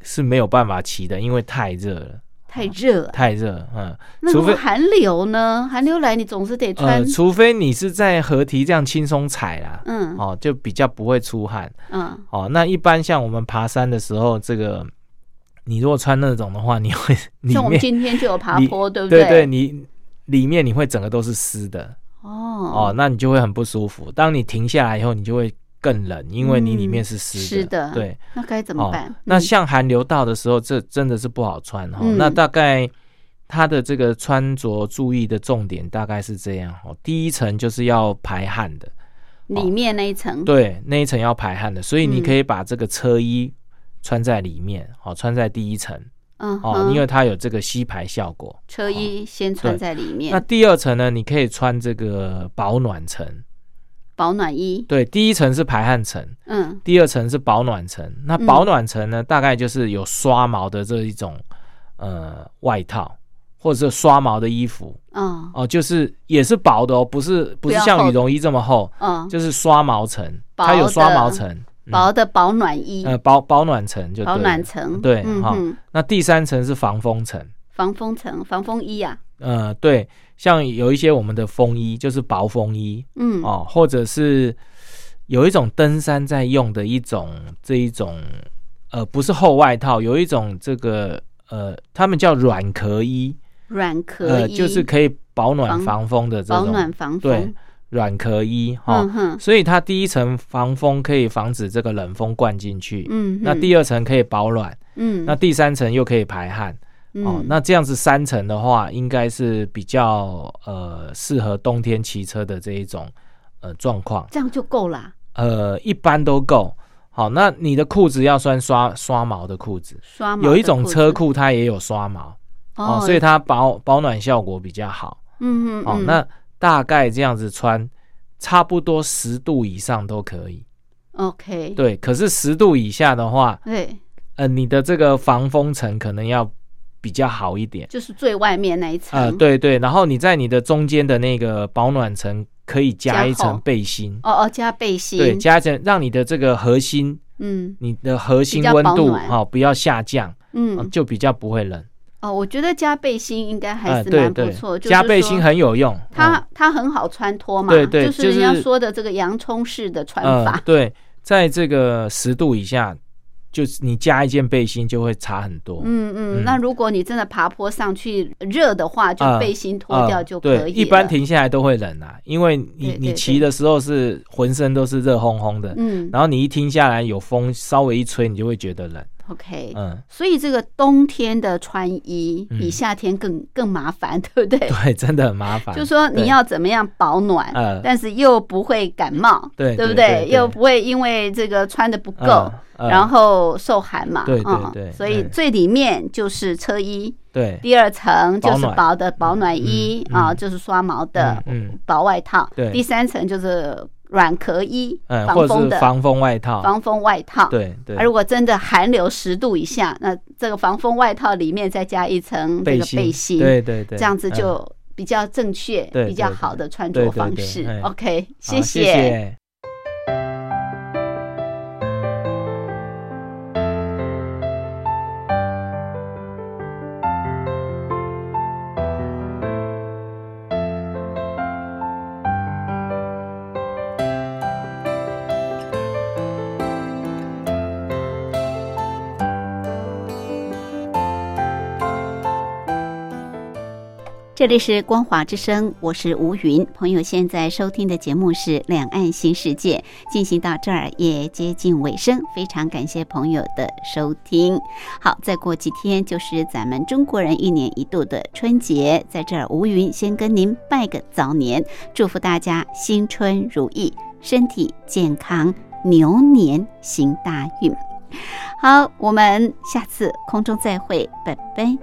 [SPEAKER 3] 是没有办法骑的，因为太热了，
[SPEAKER 1] 太热了，
[SPEAKER 3] 太热。嗯，
[SPEAKER 1] 那如
[SPEAKER 3] 除
[SPEAKER 1] 果
[SPEAKER 3] 非
[SPEAKER 1] 寒流呢？寒流来你总是得穿
[SPEAKER 3] 呃，，除非你是在河堤这样轻松踩啦，
[SPEAKER 1] 嗯
[SPEAKER 3] 哦，就比较不会出汗。
[SPEAKER 1] 嗯，
[SPEAKER 3] 哦，那一般像我们爬山的时候，这个你如果穿那种的话，你会 里
[SPEAKER 1] 像我们
[SPEAKER 3] 面
[SPEAKER 1] 今天就有爬
[SPEAKER 3] 你
[SPEAKER 1] 坡，对不
[SPEAKER 3] 对
[SPEAKER 1] 对，
[SPEAKER 3] 你里面你会整个都是湿的哦
[SPEAKER 1] 哦，
[SPEAKER 3] 那你就会很不舒服。当你停下来以后，你就会更冷，因为你里面是
[SPEAKER 1] 嗯
[SPEAKER 3] 湿
[SPEAKER 1] 湿的
[SPEAKER 3] 对，
[SPEAKER 1] 那该怎么
[SPEAKER 3] 哦
[SPEAKER 1] 办？，
[SPEAKER 3] 那
[SPEAKER 1] 嗯
[SPEAKER 3] 像寒流到的时候，这真的是不好穿哈、哦
[SPEAKER 1] 嗯
[SPEAKER 3] 那大概它的这个穿着注意的重点大概是这样哦，第一层就是要排汗的，
[SPEAKER 1] 里面那一层，
[SPEAKER 3] 哦对，那一层要排汗的，所以你
[SPEAKER 1] 嗯
[SPEAKER 3] 可以把这个车衣穿在里面，好、穿在第一层
[SPEAKER 1] 嗯
[SPEAKER 3] 哦、
[SPEAKER 1] 哼，
[SPEAKER 3] 因为它有这个吸排效果。
[SPEAKER 1] 车衣先穿在里
[SPEAKER 3] 那
[SPEAKER 1] 面，
[SPEAKER 3] 第二层呢，你可以穿这个保暖层，
[SPEAKER 1] 保暖衣，
[SPEAKER 3] 对，第一层是排汗层，
[SPEAKER 1] 嗯
[SPEAKER 3] 第二层是保暖层。那
[SPEAKER 1] 嗯
[SPEAKER 3] 保暖层呢，大概就是有刷毛的这一种呃外套，或者是刷毛的衣服
[SPEAKER 1] 嗯
[SPEAKER 3] 哦，就是也是薄的哦，不是不
[SPEAKER 1] 不
[SPEAKER 3] 是
[SPEAKER 1] 要厚
[SPEAKER 3] 像
[SPEAKER 1] 的
[SPEAKER 3] 羽绒衣这么厚，
[SPEAKER 1] 嗯，
[SPEAKER 3] 就是刷毛层，
[SPEAKER 1] 薄
[SPEAKER 3] 它有刷
[SPEAKER 1] 的
[SPEAKER 3] 毛层，嗯
[SPEAKER 1] 薄的保暖衣，
[SPEAKER 3] 呃保保暖层就对
[SPEAKER 1] 保
[SPEAKER 3] 了
[SPEAKER 1] 暖层，
[SPEAKER 3] 对
[SPEAKER 1] 嗯
[SPEAKER 3] 哈
[SPEAKER 1] 哼，
[SPEAKER 3] 那第三层是防风层，
[SPEAKER 1] 防风层，防风衣啊，
[SPEAKER 3] 呃，对，像有一些我们的风衣就是薄风衣
[SPEAKER 1] 嗯
[SPEAKER 3] 哦，或者是有一种登山在用的一种这一种，呃，不是厚外套，有一种这个呃，他们叫软壳衣，
[SPEAKER 1] 软壳
[SPEAKER 3] 呃，
[SPEAKER 1] 衣，
[SPEAKER 3] 就是可以保暖
[SPEAKER 1] 防
[SPEAKER 3] 防风的这
[SPEAKER 1] 保暖
[SPEAKER 3] 种
[SPEAKER 1] 防
[SPEAKER 3] 对
[SPEAKER 1] 风，
[SPEAKER 3] 软壳衣哈。
[SPEAKER 1] 嗯哼，
[SPEAKER 3] 所以它第一层防风可以防止这个冷风灌进去，
[SPEAKER 1] 嗯哼，
[SPEAKER 3] 那第二层可以保暖，
[SPEAKER 1] 嗯，
[SPEAKER 3] 那第三层又可以排汗，哦
[SPEAKER 1] 嗯，
[SPEAKER 3] 那这样子三层的话，应该是比较呃适合冬天骑车的这一种呃状况，
[SPEAKER 1] 这样就够啦，
[SPEAKER 3] 呃一般都够。好，那你的裤子要穿刷刷毛的裤子，
[SPEAKER 1] 刷毛
[SPEAKER 3] 有一
[SPEAKER 1] 的
[SPEAKER 3] 种车
[SPEAKER 1] 裤
[SPEAKER 3] 裤它也有刷毛
[SPEAKER 1] 子
[SPEAKER 3] 哦，所以它保保暖效果比较好。
[SPEAKER 1] 嗯嗯
[SPEAKER 3] 哦，
[SPEAKER 1] 嗯
[SPEAKER 3] 那大概这样子穿，差不多十度以上都可以。
[SPEAKER 1] OK
[SPEAKER 3] 对，可是十度以下的话，
[SPEAKER 1] 对，
[SPEAKER 3] 呃，你的这个防风层可能要比较好一点。
[SPEAKER 1] 就是最外面那一层
[SPEAKER 3] 呃，，对对，然后你在你的中间的那个保暖层可以
[SPEAKER 1] 加
[SPEAKER 3] 加一层
[SPEAKER 1] 厚
[SPEAKER 3] 背心，
[SPEAKER 1] 哦哦加背心，
[SPEAKER 3] 对，加一层让你的这个核心，
[SPEAKER 1] 嗯
[SPEAKER 3] 你的核心
[SPEAKER 1] 比较
[SPEAKER 3] 温
[SPEAKER 1] 保
[SPEAKER 3] 度
[SPEAKER 1] 暖
[SPEAKER 3] 哈、不要下降、呃
[SPEAKER 1] 嗯
[SPEAKER 3] 就比较不会冷。
[SPEAKER 1] 哦，我觉得加背心应该还
[SPEAKER 3] 呃，
[SPEAKER 1] 是
[SPEAKER 3] 对
[SPEAKER 1] 蛮不
[SPEAKER 3] 对
[SPEAKER 1] 错，，就是
[SPEAKER 3] 加背
[SPEAKER 1] 说
[SPEAKER 3] 心很有用。
[SPEAKER 1] 它它很好穿脱嘛，
[SPEAKER 3] 对对
[SPEAKER 1] 就
[SPEAKER 3] 就是是
[SPEAKER 1] 人家说的这个洋葱式的穿
[SPEAKER 3] 嗯、呃
[SPEAKER 1] 法，，
[SPEAKER 3] 对，在这个十度以下，就是你加一件背心就会差很多。
[SPEAKER 1] 嗯嗯，
[SPEAKER 3] 嗯
[SPEAKER 1] 那如果你真的爬坡上去热的话，就
[SPEAKER 3] 呃
[SPEAKER 1] 背心脱掉
[SPEAKER 3] 呃
[SPEAKER 1] 就可以了，
[SPEAKER 3] 对，一般停下来都会冷啊，因为你
[SPEAKER 1] 对对
[SPEAKER 3] 你骑
[SPEAKER 1] 对
[SPEAKER 3] 的时候是浑身都是热烘烘的，
[SPEAKER 1] 嗯
[SPEAKER 3] 然后你一听下来有风，稍微一吹，你就会觉得冷。
[SPEAKER 1] OK，
[SPEAKER 3] 嗯，
[SPEAKER 1] 所以这个冬天的穿衣
[SPEAKER 3] 嗯
[SPEAKER 1] 比夏天更更麻烦， 对不对？
[SPEAKER 3] 对， 真的很麻烦。
[SPEAKER 1] 就说你
[SPEAKER 3] 对
[SPEAKER 1] 要怎么样保暖
[SPEAKER 3] 嗯，
[SPEAKER 1] 但是又不会感冒，
[SPEAKER 3] 对
[SPEAKER 1] 对不
[SPEAKER 3] 对对对
[SPEAKER 1] 又不会因为这个穿的不够，
[SPEAKER 3] 嗯嗯
[SPEAKER 1] 然后受寒嘛。
[SPEAKER 3] 对对
[SPEAKER 1] 嗯
[SPEAKER 3] 对
[SPEAKER 1] 所以
[SPEAKER 3] 嗯
[SPEAKER 1] 最里面就是车衣，
[SPEAKER 3] 对
[SPEAKER 1] 第二层就是
[SPEAKER 3] 保暖
[SPEAKER 1] 薄的保暖衣
[SPEAKER 3] 嗯嗯
[SPEAKER 1] 啊，就是刷毛的
[SPEAKER 3] 嗯嗯
[SPEAKER 1] 薄外套
[SPEAKER 3] 对，
[SPEAKER 1] 第三层就是软壳衣，
[SPEAKER 3] 嗯，
[SPEAKER 1] 防
[SPEAKER 3] 或者
[SPEAKER 1] 风
[SPEAKER 3] 是
[SPEAKER 1] 的
[SPEAKER 3] 防风外套，
[SPEAKER 1] 防风外套。
[SPEAKER 3] 对对
[SPEAKER 1] 啊，如果真的寒流十度以下，那这个防风外套里面再加一层这
[SPEAKER 3] 背
[SPEAKER 1] 个
[SPEAKER 3] 心
[SPEAKER 1] 背心，
[SPEAKER 3] 对对对，
[SPEAKER 1] 这样子
[SPEAKER 3] 嗯
[SPEAKER 1] 就比较正确、
[SPEAKER 3] 对
[SPEAKER 1] 比较
[SPEAKER 3] 对
[SPEAKER 1] 好
[SPEAKER 3] 对
[SPEAKER 1] 的穿
[SPEAKER 3] 对
[SPEAKER 1] 着
[SPEAKER 3] 对
[SPEAKER 1] 方
[SPEAKER 3] 对
[SPEAKER 1] 式
[SPEAKER 3] 哎。
[SPEAKER 1] OK，
[SPEAKER 3] 好
[SPEAKER 1] 谢
[SPEAKER 3] 谢谢。
[SPEAKER 1] 这里是光华之声，我是吴云。朋友现在收听的节目是《两岸新世界》，进行到这儿也接近尾声，非常感谢朋友的收听。好，再过几天就是咱们中国人一年一度的春节，在这儿吴云先跟您拜个早年，祝福大家新春如意，身体健康，牛年行大运。好，我们下次空中再会，拜拜。